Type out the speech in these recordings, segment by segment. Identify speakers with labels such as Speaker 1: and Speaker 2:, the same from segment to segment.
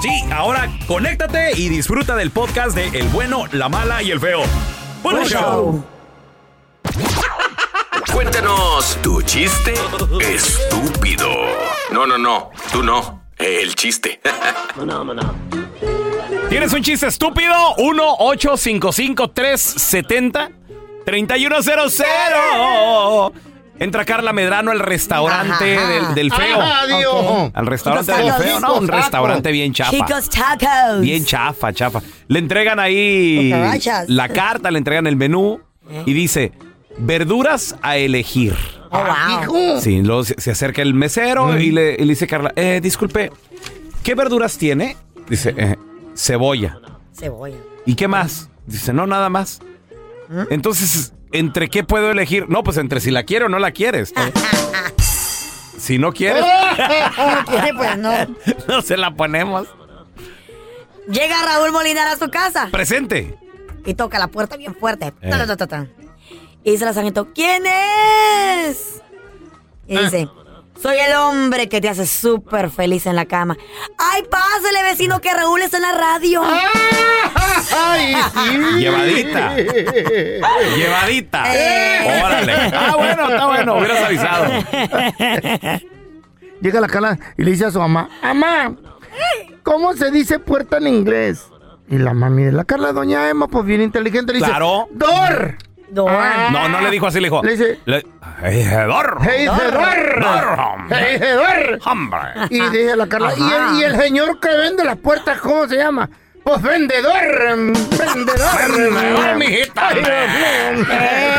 Speaker 1: Sí, ahora conéctate y disfruta del podcast de El bueno, la mala y el feo. Buen
Speaker 2: Buen
Speaker 1: show.
Speaker 3: Cuéntanos tu chiste estúpido. No, no, no, tú no. El chiste.
Speaker 4: ¿Tienes un chiste estúpido? 1-855-370-3100. Entra Carla Medrano al restaurante
Speaker 5: Ajá.
Speaker 4: del, del feo.
Speaker 2: Ajá, Dios.
Speaker 5: Ok.
Speaker 4: Al restaurante del
Speaker 5: Tacos,
Speaker 4: feo, no, un
Speaker 2: tacos.
Speaker 4: restaurante bien chafa.
Speaker 5: Chicos Tacos.
Speaker 4: Bien chafa, chafa. Le entregan ahí
Speaker 5: Cucarachas.
Speaker 4: la carta, le entregan el menú y dice, verduras a elegir.
Speaker 5: Oh, wow.
Speaker 2: Hijo.
Speaker 4: Sí, luego se, se acerca el mesero y, le, y le dice Carla, "Eh, disculpe, ¿qué verduras tiene? Dice, "Eh, cebolla.
Speaker 5: Cebolla.
Speaker 4: ¿Y qué más? Dice, no, nada más.
Speaker 2: ¿Eh?
Speaker 4: Entonces, ¿entre qué puedo elegir? No, pues entre si la quiero o no la quieres. si no quieres,
Speaker 5: No quiere, pues no.
Speaker 4: no se la ponemos.
Speaker 5: Llega Raúl Molinar a su casa
Speaker 4: Presente.
Speaker 5: y toca la puerta bien fuerte.
Speaker 4: Eh.
Speaker 5: Ta, ta, ta, ta. Y dice la sargento, ¿quién es?
Speaker 4: Ah.
Speaker 5: Y dice, soy el hombre que te hace súper feliz en la cama. ¡Ay, pásale, vecino, que Raúl está en la radio!
Speaker 2: Ay, sí.
Speaker 4: Llevadita. Llevadita.
Speaker 6: Eh.
Speaker 2: Eh.
Speaker 4: Órale. Ah, bueno, está bueno. Hubieras avisado.
Speaker 2: Llega la cala y le dice a su mamá, mamá, ¿cómo se dice puerta en inglés? Y la mami de la Carla, doña Emma, pues bien inteligente, le dice,
Speaker 4: Claro.
Speaker 2: ¡Dor!
Speaker 5: No.
Speaker 4: No, no le dijo así, le dijo.
Speaker 2: Le dice-
Speaker 4: le- "Ay, hedor".
Speaker 2: ¡Se dice dor!
Speaker 4: Hedor, hombre.
Speaker 2: ¡Se dice dor!
Speaker 4: Hombre.
Speaker 2: Y dije a la Carla, ¿y
Speaker 5: Ajá.
Speaker 2: el, y el señor que vende las puertas, cómo se llama? Pues vendedor, mm,
Speaker 4: Ay,
Speaker 2: vendedor.
Speaker 4: mijita.
Speaker 2: Ay, Dios mío.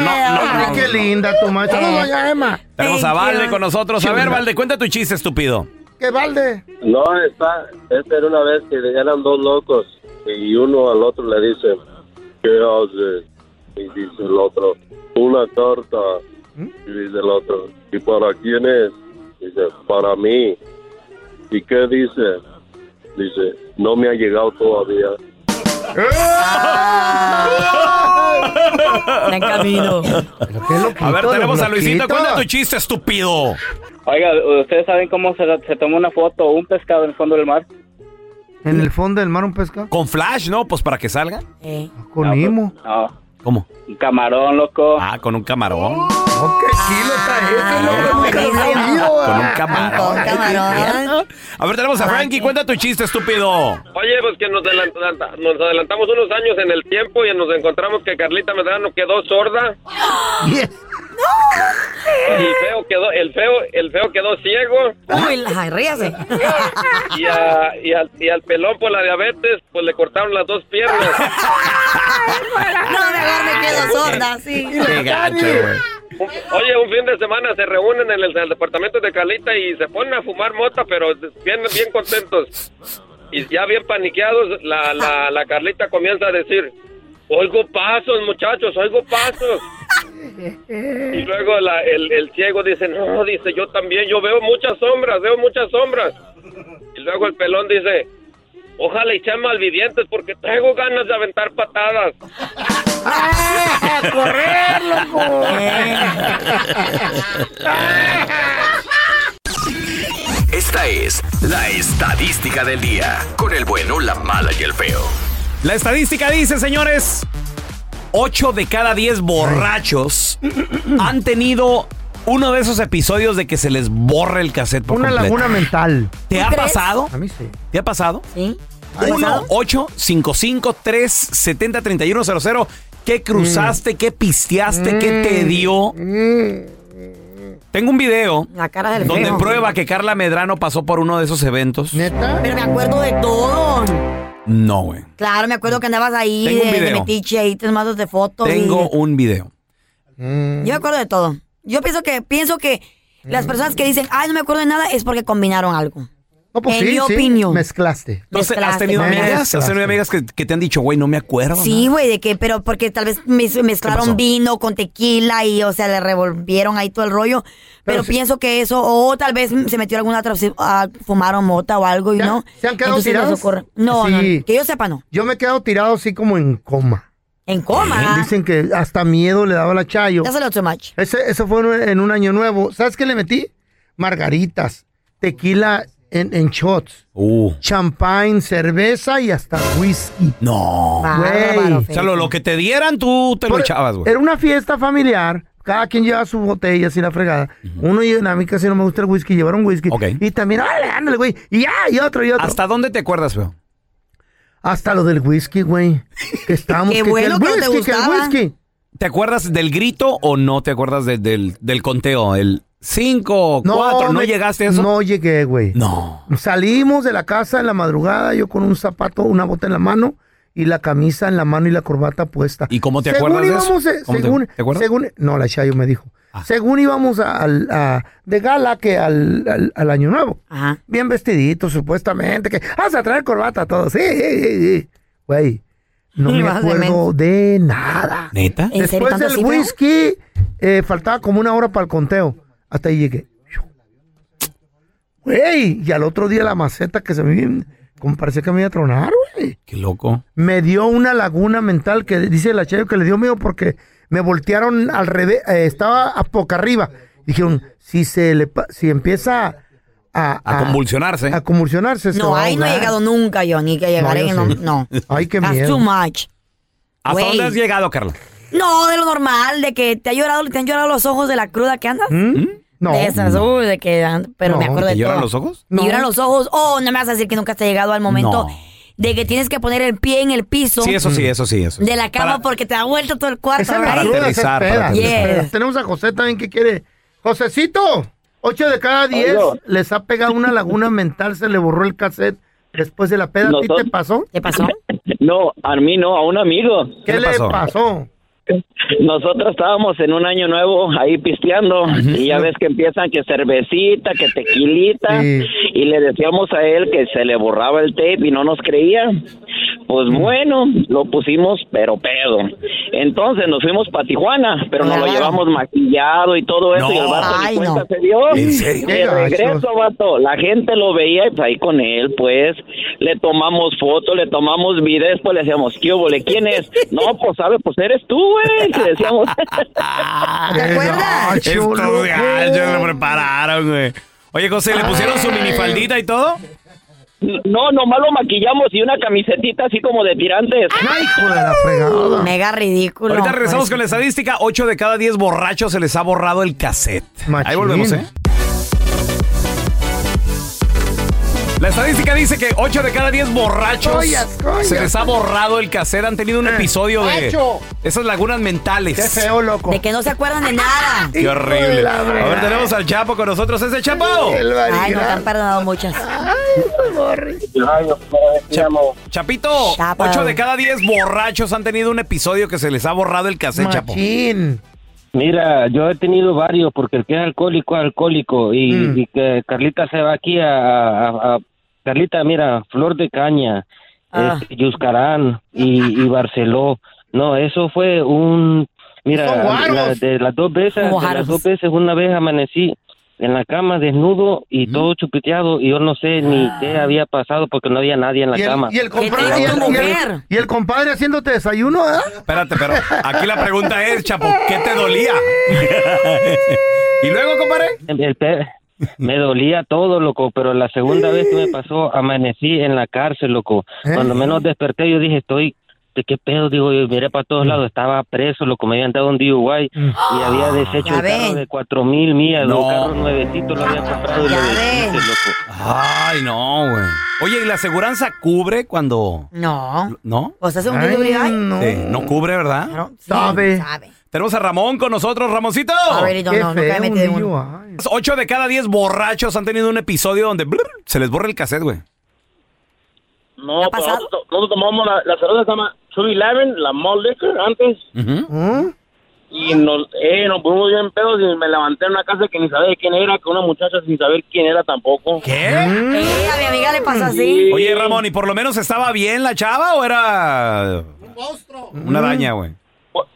Speaker 4: No, no,
Speaker 2: Ay,
Speaker 4: no,
Speaker 2: qué
Speaker 4: no.
Speaker 2: linda tu maestra. No, doña Emma.
Speaker 4: Tenemos a
Speaker 5: Thank
Speaker 4: Valde
Speaker 5: you.
Speaker 4: con nosotros. A ver, Valde, cuenta tu chiste, estúpido.
Speaker 2: ¿Qué balde?
Speaker 7: No, está, esta era una vez que eran dos locos y uno al otro le dice, ¿qué haces? Y dice el otro, una carta. Y dice el otro, ¿y para quién es? Dice, para mí. ¿Y qué dice? Dice, no me ha llegado todavía.
Speaker 5: Está en camino.
Speaker 4: A ver, tenemos a Luisito. Cuenta tu chiste, estúpido.
Speaker 8: Oiga, ¿ustedes saben cómo se, se toma una foto un pescado en el fondo del mar?
Speaker 2: En el fondo del mar un pescado.
Speaker 4: Con flash, ¿no? Pues para que salga.
Speaker 5: Eh,
Speaker 2: Con Imo.
Speaker 8: No,
Speaker 4: ¿Cómo?
Speaker 8: un camarón, loco.
Speaker 4: Ah, con un camarón.
Speaker 2: Oh, qué chilo está ese, loco, nunca lo
Speaker 5: buenísimo.
Speaker 2: he oído,
Speaker 4: Con un
Speaker 2: ah.
Speaker 4: camarón.
Speaker 5: Con camarón.
Speaker 4: A ver, tenemos a
Speaker 2: eh.
Speaker 4: Frankie. Cuenta tu chiste, estúpido.
Speaker 7: Oye, pues que nos, adelanta- nos adelantamos unos años en el tiempo y nos encontramos que Carlita Medrano quedó sorda.
Speaker 2: Yes.
Speaker 7: El feo quedó, el feo, el feo quedó ciego.
Speaker 5: Uy, la- ay, ríase.
Speaker 7: y, a- y al, y al pelón por la diabetes, pues le cortaron las dos piernas.
Speaker 5: No, mejor me quedo sorda, sí.
Speaker 4: Qué gacho, güey.
Speaker 7: Oye, un fin de semana se reúnen en el, en el departamento de Calita y se ponen a fumar mota, pero bien, bien contentos. Y ya bien paniqueados, la, la, la Carlita comienza a decir, oigo pasos, muchachos, oigo pasos. Y luego la- el, el ciego dice, no, dice, yo también, yo veo muchas sombras, veo muchas sombras. Y luego el pelón dice, ojalá y sean malvivientes porque tengo ganas de aventar patadas.
Speaker 2: ¡Ah, a correr, loco!
Speaker 3: Esta es la estadística del día. Con el bueno, la mala y el feo.
Speaker 4: La estadística dice, señores, 8 de cada 10 borrachos han tenido uno de esos episodios de que se les borra el cassette por
Speaker 2: Una
Speaker 4: completo.
Speaker 2: laguna mental.
Speaker 4: ¿Te ha
Speaker 5: ¿Tú crees?
Speaker 4: pasado?
Speaker 2: A mí sí.
Speaker 4: ¿Te ha pasado?
Speaker 5: ¿Sí?
Speaker 4: 1-855-370-3100. ¿Qué cruzaste? ¿Qué pisteaste? ¿Qué
Speaker 2: Mm.
Speaker 4: te dio? Tengo un video
Speaker 5: La cara del
Speaker 4: donde
Speaker 5: feo.
Speaker 4: prueba que Carla Medrano pasó por uno de esos eventos.
Speaker 2: ¿Neta?
Speaker 5: Pero me acuerdo de todo.
Speaker 4: No, güey.
Speaker 5: Claro, me acuerdo que andabas ahí
Speaker 4: Tengo un
Speaker 5: de, de
Speaker 4: video.
Speaker 5: metiche, ahí te mandas de fotos.
Speaker 4: Tengo
Speaker 5: y-
Speaker 4: un video.
Speaker 2: Mm.
Speaker 5: Yo me acuerdo de todo. "Ah, Yo pienso que pienso que las personas que dicen, ay, no me acuerdo de nada, es porque combinaron algo.
Speaker 2: No, pues
Speaker 5: en
Speaker 2: sí,
Speaker 5: mi
Speaker 2: sí,
Speaker 5: opinión.
Speaker 2: Mezclaste.
Speaker 4: Entonces, ¿has
Speaker 5: Mezclaste,
Speaker 4: tenido
Speaker 5: mezclaste.
Speaker 4: amigas? ¿Has tenido amigas que, que te han dicho, güey, no me acuerdo?
Speaker 5: Sí, güey, de que, pero porque tal vez mez-
Speaker 4: pasó?
Speaker 5: mezclaron vino con tequila y, o sea, le revolvieron ahí todo el rollo. Pero,
Speaker 2: Pero sí.
Speaker 5: pienso que eso, o tal vez se metió alguna otra, ah, fumaron mota o algo y
Speaker 2: ¿Se han-
Speaker 5: no.
Speaker 2: se han quedado
Speaker 5: Entonces,
Speaker 2: tirados?
Speaker 5: nos ocurre- No,
Speaker 2: Sí.
Speaker 5: no, que yo sepa, no.
Speaker 2: Yo me he quedado tirado así como en coma.
Speaker 5: En coma.
Speaker 2: Dicen que hasta miedo le daba la chayo.
Speaker 5: That's a lot too much.
Speaker 2: Ese, eso fue en un- en un año nuevo. ¿Sabes qué le metí? Margaritas, tequila en, en shots,
Speaker 4: Uh.
Speaker 2: champagne, cerveza y hasta whisky.
Speaker 4: No.
Speaker 5: Bárbaro,
Speaker 2: güey.
Speaker 4: O sea, lo, lo que te dieran, tú te lo
Speaker 2: Por-
Speaker 4: echabas, güey.
Speaker 2: Era una fiesta familiar. Cada quien lleva su botella así la fregada. Uno lleva, a mí casi no me gusta el whisky, llevaron whisky.
Speaker 4: Ok.
Speaker 2: Y también, ¡ah, ¡ándale, ándale, güey! Y ya, y otro, y otro. Hasta,
Speaker 4: ¿Hasta dónde te acuerdas, feo?
Speaker 2: lo del whisky, güey. Que estábamos,
Speaker 5: Qué
Speaker 2: que- que,
Speaker 5: bueno
Speaker 2: el
Speaker 5: que no te
Speaker 2: whisky, que el
Speaker 5: gustaba.
Speaker 2: whisky.
Speaker 4: ¿Te acuerdas del grito o no te acuerdas de- del, del conteo? El 5, 4, ¿no
Speaker 2: me-
Speaker 4: llegaste a eso?
Speaker 2: No llegué, güey.
Speaker 4: No.
Speaker 2: Salimos de la casa en la madrugada, yo con un zapato, una bota en la mano y la camisa en la mano y la corbata puesta.
Speaker 4: ¿Y cómo te
Speaker 2: Según
Speaker 4: acuerdas de eso?
Speaker 2: íbamos, eh,
Speaker 4: ¿Cómo te-
Speaker 2: según,
Speaker 4: te acuerdas? Ah.
Speaker 2: según- e- no, la Chayo me dijo. Según íbamos a- al- a- de gala que al, al- al Año Nuevo.
Speaker 5: Ajá.
Speaker 2: Bien vestiditos, supuestamente, que vas a traer corbata a todos. Sí, sí, sí, sí. Güey, no
Speaker 5: Y
Speaker 2: me
Speaker 5: vas de
Speaker 2: acuerdo de nada.
Speaker 4: ¿Neta?
Speaker 5: ¿En serio
Speaker 2: Después
Speaker 5: tanto
Speaker 2: del
Speaker 5: así, feo?
Speaker 2: whisky, eh, faltaba como una hora para el conteo. Hasta ahí llegué. Güey, y al otro día la maceta que se me... Como parecía que me iba a tronar, güey.
Speaker 4: Qué loco.
Speaker 2: Me dio una laguna mental que dice la Chayo que le dio miedo porque me voltearon al revés. eh, estaba a poca arriba. Dijeron, si se le... pa- Si empieza a...
Speaker 4: A convulsionarse.
Speaker 2: A convulsionarse. se
Speaker 5: No,
Speaker 2: va a
Speaker 5: ahí no he
Speaker 2: ahogar.
Speaker 5: llegado nunca yo, ni que llegaré.
Speaker 2: yo
Speaker 5: No,
Speaker 2: sí.
Speaker 5: no.
Speaker 2: Ay, qué
Speaker 5: That's
Speaker 2: miedo.
Speaker 5: too much.
Speaker 4: ¿Hasta
Speaker 5: Güey.
Speaker 4: dónde has llegado, Carla?
Speaker 5: No, de lo normal, de que te ha llorado, te han llorado los ojos de la cruda que andas.
Speaker 2: ¿Mm? No.
Speaker 5: De esas, uy, de que an- pero
Speaker 2: No,
Speaker 5: me acuerdo
Speaker 4: ¿Te
Speaker 5: de
Speaker 4: lloran
Speaker 5: todo.
Speaker 4: los ojos?
Speaker 5: Me
Speaker 2: No.
Speaker 5: lloran los ojos. Oh, no me vas a decir que nunca has llegado al momento
Speaker 4: No.
Speaker 5: de que tienes que poner el pie en el piso
Speaker 4: Sí, eso sí, Mm. eso sí, eso. sí.
Speaker 5: de la cama
Speaker 4: Para-
Speaker 5: porque te ha vuelto todo el cuarto.
Speaker 2: Esa no es
Speaker 5: ¿verdad?
Speaker 4: Para
Speaker 2: cruda,
Speaker 4: aterrizar,
Speaker 2: esa es
Speaker 4: para
Speaker 2: peda.
Speaker 5: aterrizar.
Speaker 2: Yes. Tenemos a José también que quiere. Josecito, 8 de cada 10
Speaker 8: Oigo.
Speaker 2: les ha pegado una laguna mental, se le borró el cassette después de la peda. ¿A ti
Speaker 8: Nosotros-
Speaker 2: te pasó?
Speaker 5: ¿Qué pasó?
Speaker 8: No, a mí no, a un amigo.
Speaker 2: ¿Qué,
Speaker 4: le
Speaker 2: le
Speaker 4: pasó?
Speaker 2: pasó?
Speaker 8: Nosotros estábamos en un año nuevo ahí pisteando y ya ves que empiezan que cervecita, que tequilita
Speaker 2: Sí.
Speaker 8: y le decíamos a él que se le borraba el tape y no nos creía. Pues bueno, lo pusimos pero pedo. Entonces nos fuimos para Tijuana, pero nos lo
Speaker 5: Claro.
Speaker 8: llevamos maquillado y todo eso
Speaker 4: No.
Speaker 8: y el vato ni
Speaker 5: Ay,
Speaker 8: cuenta
Speaker 5: no.
Speaker 8: se dio.
Speaker 4: ¿En serio?
Speaker 8: De regreso, vato, la gente lo veía y pues, ahí con él, pues, le tomamos fotos, le tomamos videos, pues le decíamos, ¿qué hubo, le? ¿Quién es? No, pues, sabe, pues eres tú, güey, le decíamos.
Speaker 5: ¿Te acuerdas?
Speaker 4: Estos gallos lo prepararon, güey. Oye, José, ¿le pusieron su minifaldita y todo?
Speaker 8: No, nomás lo maquillamos y una camisetita así como de tirantes.
Speaker 2: Ay, hijo de la fregada.
Speaker 5: Mega ridículo.
Speaker 4: Ahorita regresamos
Speaker 5: Pues,
Speaker 4: con la estadística. 8 de cada 10 borrachos se les ha borrado el cassette. Ahí
Speaker 2: Machín.
Speaker 4: volvemos, ¿eh? La estadística dice que 8 de cada 10 borrachos
Speaker 2: Coyas, coyas.
Speaker 4: se les ha borrado el cassette. Han tenido un episodio de
Speaker 2: Eh, macho.
Speaker 4: esas lagunas mentales.
Speaker 2: Qué feo, loco.
Speaker 5: De que no se acuerdan de nada.
Speaker 4: Qué
Speaker 2: Hijo de
Speaker 4: horrible.
Speaker 2: la
Speaker 4: A
Speaker 2: fregada.
Speaker 4: ver, tenemos al Chapo con nosotros. ¡Ese Chapo!
Speaker 2: El
Speaker 5: Ay, no, te han
Speaker 2: Barigrán.
Speaker 5: perdonado muchas.
Speaker 4: Chapito,
Speaker 5: Chapo.
Speaker 4: 8 de cada 10 borrachos han tenido un episodio que se les ha borrado el cassette, Chapo.
Speaker 2: Machín.
Speaker 9: Mira, yo he tenido varios porque el que es alcohólico es alcohólico y,
Speaker 2: Mm.
Speaker 9: y que Carlita se va aquí a, a- a- Carlita, mira, Flor de Caña,
Speaker 5: Ah.
Speaker 9: este, Yuscarán y, y Barceló. No, eso fue un
Speaker 2: Son
Speaker 9: mira
Speaker 2: guaros.
Speaker 9: la- de las dos veces, de
Speaker 5: Guaros.
Speaker 9: las dos veces una vez amanecí en la cama desnudo
Speaker 2: Mm.
Speaker 9: y todo chupiteado y yo no sé ni qué había pasado porque no había nadie en la
Speaker 2: Ah. Y el,
Speaker 9: cama.
Speaker 2: y el
Speaker 5: dijo
Speaker 2: compadre, y el-
Speaker 5: tu
Speaker 2: y el-
Speaker 5: mujer?
Speaker 2: y el compadre haciéndote desayuno, ¿eh?
Speaker 4: Espérate, pero aquí la pregunta es, Chapo, ¿qué te dolía? y luego, compadre.
Speaker 9: El pe- Me dolía todo, loco, pero la segunda vez que me pasó, amanecí en la cárcel, loco. Cuando menos desperté, yo dije, estoy, ¿de qué pedo? Digo, yo miré para todos lados, estaba preso, loco, me habían dado un DUI y había deshecho
Speaker 5: Ya
Speaker 9: un carro
Speaker 5: ven.
Speaker 9: de cuatro mil millas,
Speaker 4: No.
Speaker 9: un carro nuevecito, lo había comprado y
Speaker 5: Ya
Speaker 9: lo
Speaker 5: ven.
Speaker 9: deshice, loco.
Speaker 4: Ay, no, güey. Oye, ¿y la aseguranza cubre cuando...
Speaker 5: No.
Speaker 4: ¿No? Pues,
Speaker 5: ¿Vos haces Pues un
Speaker 2: Ay,
Speaker 5: DWI?
Speaker 2: no.
Speaker 4: Sí, no cubre, ¿verdad?
Speaker 5: Claro, sí,
Speaker 2: Sabe.
Speaker 5: Sabe.
Speaker 4: Tenemos a Ramón con nosotros, Ramoncito.
Speaker 5: A ver,
Speaker 2: Qué
Speaker 5: no, no, nunca me
Speaker 2: feo,
Speaker 5: metí de uno.
Speaker 2: niño, ¿ah? ay.
Speaker 4: 8 de cada 10 borrachos han tenido un episodio donde brr, se les borra el cassette, güey.
Speaker 8: No,
Speaker 5: ¿Qué
Speaker 8: pues
Speaker 5: ha pasado?
Speaker 8: nosotros, nosotros tomamos la, la cerveza que se llama True Eleven, la malt liquor antes,
Speaker 4: Ujú.
Speaker 2: ¿Mm?
Speaker 8: y nos, eh, nos pusimos bien pedos y me levanté en una casa que ni sabía de quién era, con una muchacha sin saber quién era tampoco. Mm.
Speaker 4: ¿Qué?
Speaker 5: Sí, a mi amiga le pasó así.
Speaker 8: Sí.
Speaker 4: Oye, Ramón, ¿y por lo menos estaba bien la chava o era una daña, güey?
Speaker 8: Pues,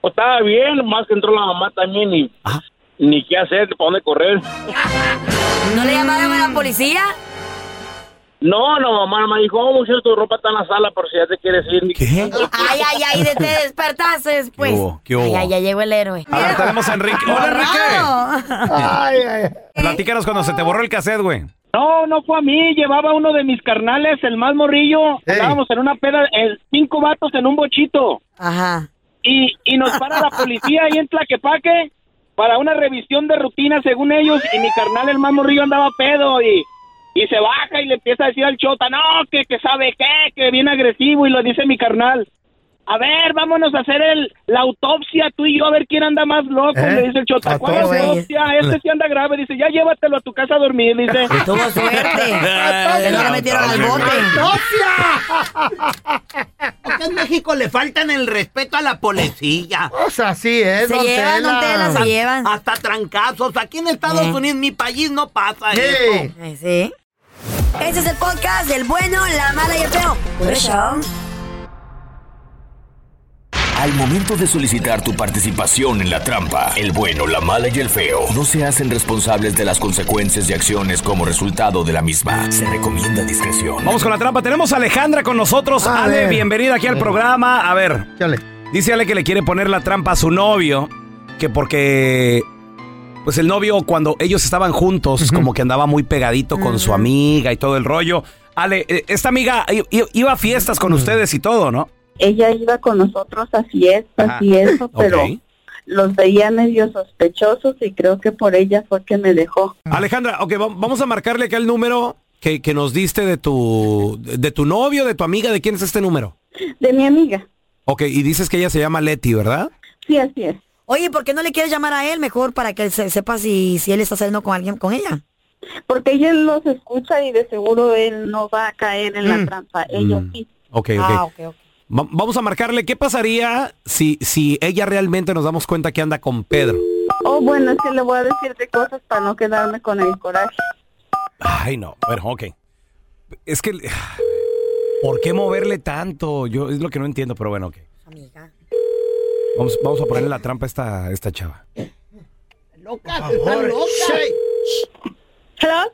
Speaker 8: pues, estaba bien, más que entró la mamá también y
Speaker 4: Ajá.
Speaker 8: ni qué hacer, para dónde correr.
Speaker 5: ¿No le llamaron a la policía?
Speaker 8: No, no, mamá me dijo, oh, muchacho, tu ropa está en la sala por si ya te quieres ir.
Speaker 4: ¿Qué?
Speaker 5: Ay, ay, ay, de te despertaste después.
Speaker 4: ¿Qué hubo? ¿Qué hubo?
Speaker 5: Ay, ay, ya llegó el héroe.
Speaker 4: A ver, tenemos a Enrique. Hola, Enrique.
Speaker 5: Raro.
Speaker 2: Ay, ay.
Speaker 4: Platícanos cuando se te borró el cassette, güey.
Speaker 8: No, no fue a mí, llevaba uno de mis carnales, el más morrillo.
Speaker 2: Ey.
Speaker 8: Estábamos en una peda, eh, cinco vatos en un bochito.
Speaker 5: Ajá.
Speaker 8: Y, y nos para la policía ahí en Tlaquepaque para una revisión de rutina, según ellos. Y mi carnal, el más morrillo, andaba pedo y, y se baja y le empieza a decir al chota, no, que, que sabe qué, que bien agresivo. Y lo dice mi carnal. A ver, vámonos a hacer el, la autopsia, tú y yo, a ver quién anda más loco.
Speaker 2: ¿Eh?
Speaker 8: Le dice el chota,
Speaker 2: A
Speaker 8: ¿cuál
Speaker 5: todos, güey.
Speaker 8: autopsia? Este sí anda grave. Dice, ya llévatelo a tu casa a dormir, dice.
Speaker 5: Tuvo suerte. Que no le metieron al bote.
Speaker 6: Acá en México le faltan el respeto a la policía.
Speaker 2: O sea, ¿eh? así es,
Speaker 5: Se llevan, don Tela, se llevan.
Speaker 6: Hasta trancazos. Aquí en Estados
Speaker 5: Eh.
Speaker 6: Unidos, mi país, no pasa
Speaker 2: Ey.
Speaker 6: eso.
Speaker 5: Ay, Sí. Ese es el podcast del bueno, la mala y el feo. Por eso.
Speaker 3: Al momento de solicitar tu participación en la trampa, el bueno, la mala y el feo no se hacen responsables de las consecuencias y acciones como resultado de la misma. Se recomienda discreción.
Speaker 4: Vamos con la trampa. Tenemos a Alejandra con nosotros.
Speaker 2: A
Speaker 4: Ale,
Speaker 2: ver.
Speaker 4: bienvenida aquí al programa. A ver,
Speaker 2: Chale.
Speaker 4: dice Ale que le quiere poner la trampa a su novio, que porque... Pues el novio, cuando ellos estaban juntos, como que andaba muy pegadito con
Speaker 2: Mm.
Speaker 4: su amiga y todo el rollo. Ale, eh, esta amiga i- i- iba a fiestas
Speaker 2: Mm.
Speaker 4: con ustedes y todo, ¿no?
Speaker 10: ella iba con nosotros a fiestas
Speaker 4: Ajá.
Speaker 10: y eso, pero
Speaker 4: Ok.
Speaker 10: los veía medio sospechosos y creo que por ella fue que me dejó.
Speaker 4: Alejandra, ok, va- vamos a marcarle acá el número que, que nos diste de tu, de tu novio, de tu amiga, ¿de quién es este número?
Speaker 10: De mi amiga.
Speaker 4: Ok, y dices que ella se llama Leti, ¿verdad?
Speaker 10: Sí, así es.
Speaker 5: Oye, ¿por qué no le quieres llamar a él mejor para que él se- sepa si, si él está saliendo con alguien, con ella?
Speaker 10: Porque ella los escucha y de seguro él no va a caer en la trampa. Ella
Speaker 4: Mm.
Speaker 10: sí.
Speaker 4: Ok, ok.
Speaker 5: Ah, ok, ok.
Speaker 4: Va- vamos a marcarle, ¿qué pasaría si, si ella realmente nos damos cuenta que anda con Pedro?
Speaker 10: Oh, bueno, es que le voy a decir de cosas para no quedarme con el coraje.
Speaker 4: Ay, no, bueno, ok. Es que... ¿Por qué moverle tanto? Yo es lo que no entiendo, pero bueno, ok.
Speaker 5: Amiga.
Speaker 4: Vamos, vamos a ponerle la trampa a esta, a esta chava.
Speaker 10: ¿Hello?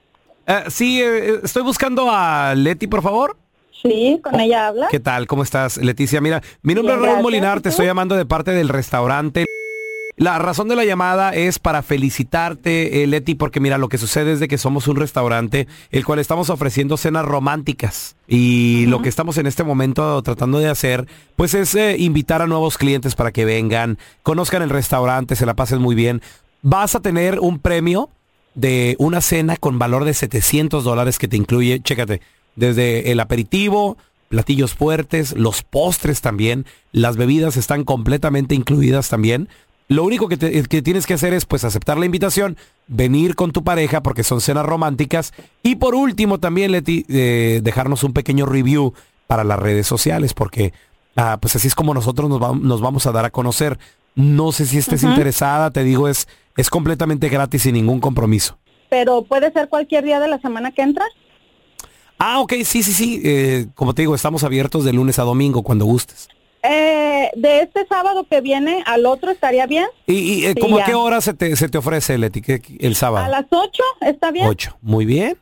Speaker 4: Eh, sí, eh, estoy buscando a Leti, por favor.
Speaker 10: Sí, con ella habla.
Speaker 4: ¿Qué tal? ¿Cómo estás, Leticia? Mira, mi nombre
Speaker 10: Bien,
Speaker 4: es Raúl
Speaker 10: gracias.
Speaker 4: Molinar, te
Speaker 10: ¿Y tú?
Speaker 4: estoy llamando de parte del restaurante. La razón de la llamada es para felicitarte, eh, Leti, porque mira, lo que sucede es de que somos un restaurante el cual estamos ofreciendo cenas románticas. Y lo que estamos en este momento tratando de hacer, pues es eh, invitar a nuevos clientes para que vengan, conozcan el restaurante, se la pasen muy bien. Vas a tener un premio de una cena con valor de 700 dólares que te incluye, chécate, desde el aperitivo, platillos fuertes, los postres también, las bebidas están completamente incluidas también. Lo único que, te- eh, que tienes que hacer es pues aceptar la invitación, venir con tu pareja porque son cenas románticas y por último también Leti, eh, dejarnos un pequeño review para las redes sociales porque ah, pues así es como nosotros nos, va- nos vamos a dar a conocer. No sé si estés interesada, te digo, es, es completamente gratis sin ningún compromiso.
Speaker 10: Pero puede ser cualquier día de la semana que entra.
Speaker 4: Ah, ok, sí, sí, sí. eh, como te digo, estamos abiertos de lunes a domingo cuando gustes.
Speaker 10: Eh, de este sábado que viene al otro estaría bien.
Speaker 4: ¿Y, y eh,
Speaker 10: Sí,
Speaker 4: como a
Speaker 10: ya.
Speaker 4: qué hora se te, se te ofrece Leti? ¿Qué- qué- el sábado?
Speaker 10: A las 8 está bien.
Speaker 4: Ocho. Muy bien.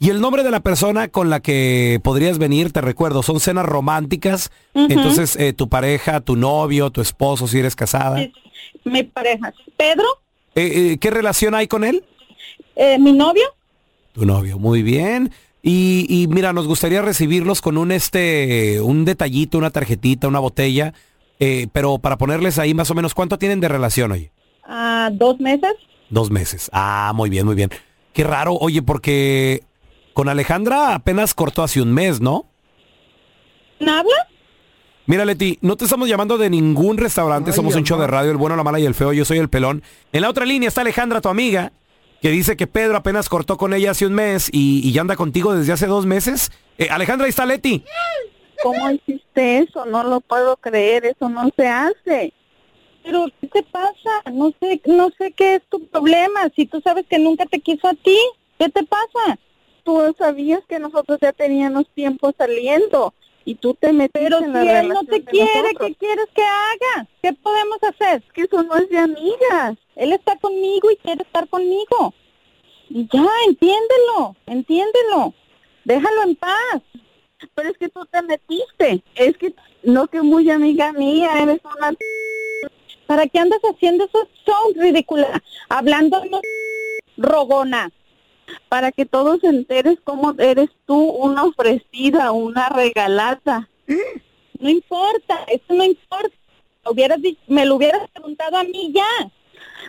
Speaker 4: Y el nombre de la persona con la que podrías venir, te recuerdo, son cenas románticas. Entonces, eh, tu pareja, tu novio, tu esposo, si eres casada.
Speaker 10: Sí, sí. Mi pareja. Pedro,
Speaker 4: Eh, eh, ¿Qué relación hay con él?
Speaker 10: eh, mi novio.
Speaker 4: Tu novio, muy bien. Y, y mira, nos gustaría recibirlos con un este, un detallito, una tarjetita, una botella, eh, pero para ponerles ahí más o menos, ¿cuánto tienen de relación hoy?
Speaker 10: a dos meses.
Speaker 4: Dos meses. Ah, muy bien, muy bien. Qué raro, oye, porque con Alejandra apenas cortó hace un mes, ¿no?
Speaker 10: ¿No habla?
Speaker 4: Mira, Leti, no te estamos llamando de ningún restaurante, somos un show de radio, el bueno, la mala y el feo, yo soy el pelón. En la otra línea está Alejandra, tu amiga, que dice que Pedro apenas cortó con ella hace un mes y, y ya anda contigo desde hace dos meses. Eh, Alejandra, ahí está Leti.
Speaker 10: ¿Cómo hiciste eso? No lo puedo creer, eso no se hace. Pero, ¿qué te pasa? No sé, no sé qué es tu problema. Si tú sabes que nunca te quiso a ti, ¿qué te pasa?
Speaker 11: Tú sabías que nosotros ya teníamos tiempo saliendo y tú te metiste
Speaker 10: Pero
Speaker 11: en
Speaker 10: si
Speaker 11: la
Speaker 10: él no
Speaker 11: relación
Speaker 10: te
Speaker 11: de
Speaker 10: quiere,
Speaker 11: nosotros.
Speaker 10: ¿qué quieres que haga? ¿Qué podemos hacer? Que somos de amigas. Él está conmigo y quiere estar conmigo. Y ya, entiéndelo, entiéndelo. Déjalo en paz.
Speaker 11: Pero es que tú te metiste. Es que no que muy amiga mía, eres una...
Speaker 10: ¿Para qué andas haciendo esos son ridícula? Hablando rogona.
Speaker 11: Para que todos se enteres cómo eres tú una ofrecida, una regalada.
Speaker 10: No importa, eso no importa. Hubieras di- me lo hubieras preguntado a mí ya.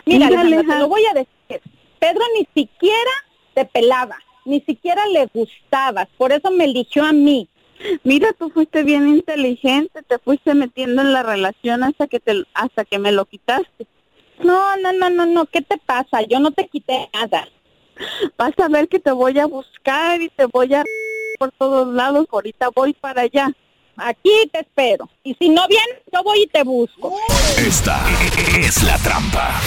Speaker 10: Mira,
Speaker 11: Mira,
Speaker 10: Alejandra, te
Speaker 11: Alejandra.
Speaker 10: lo voy a decir. Pedro ni siquiera te pelaba, ni siquiera le gustabas, por eso me eligió a mí.
Speaker 11: Mira, tú fuiste bien inteligente, te fuiste metiendo en la relación hasta que te, hasta que me lo quitaste.
Speaker 10: No, no, no, no, no, ¿qué te pasa? Yo no te quité nada.
Speaker 11: Vas a ver que te voy a buscar y te voy a por todos lados. Ahorita voy para allá.
Speaker 10: Aquí te espero. Y si no vienes, yo voy y te busco.
Speaker 3: Esta es la trampa.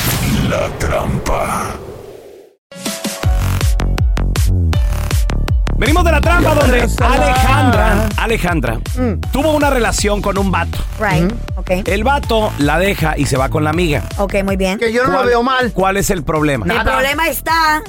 Speaker 3: La trampa.
Speaker 4: Venimos de la trampa donde Alejandra, Alejandra, tuvo una relación con un vato.
Speaker 5: Mm. Right,
Speaker 2: Mm.
Speaker 5: ok.
Speaker 4: El vato la deja y se va con la amiga.
Speaker 5: Ok, muy bien.
Speaker 2: Que yo no lo
Speaker 4: ¿Cuál-
Speaker 2: veo mal.
Speaker 4: ¿Cuál es el problema?
Speaker 5: El problema está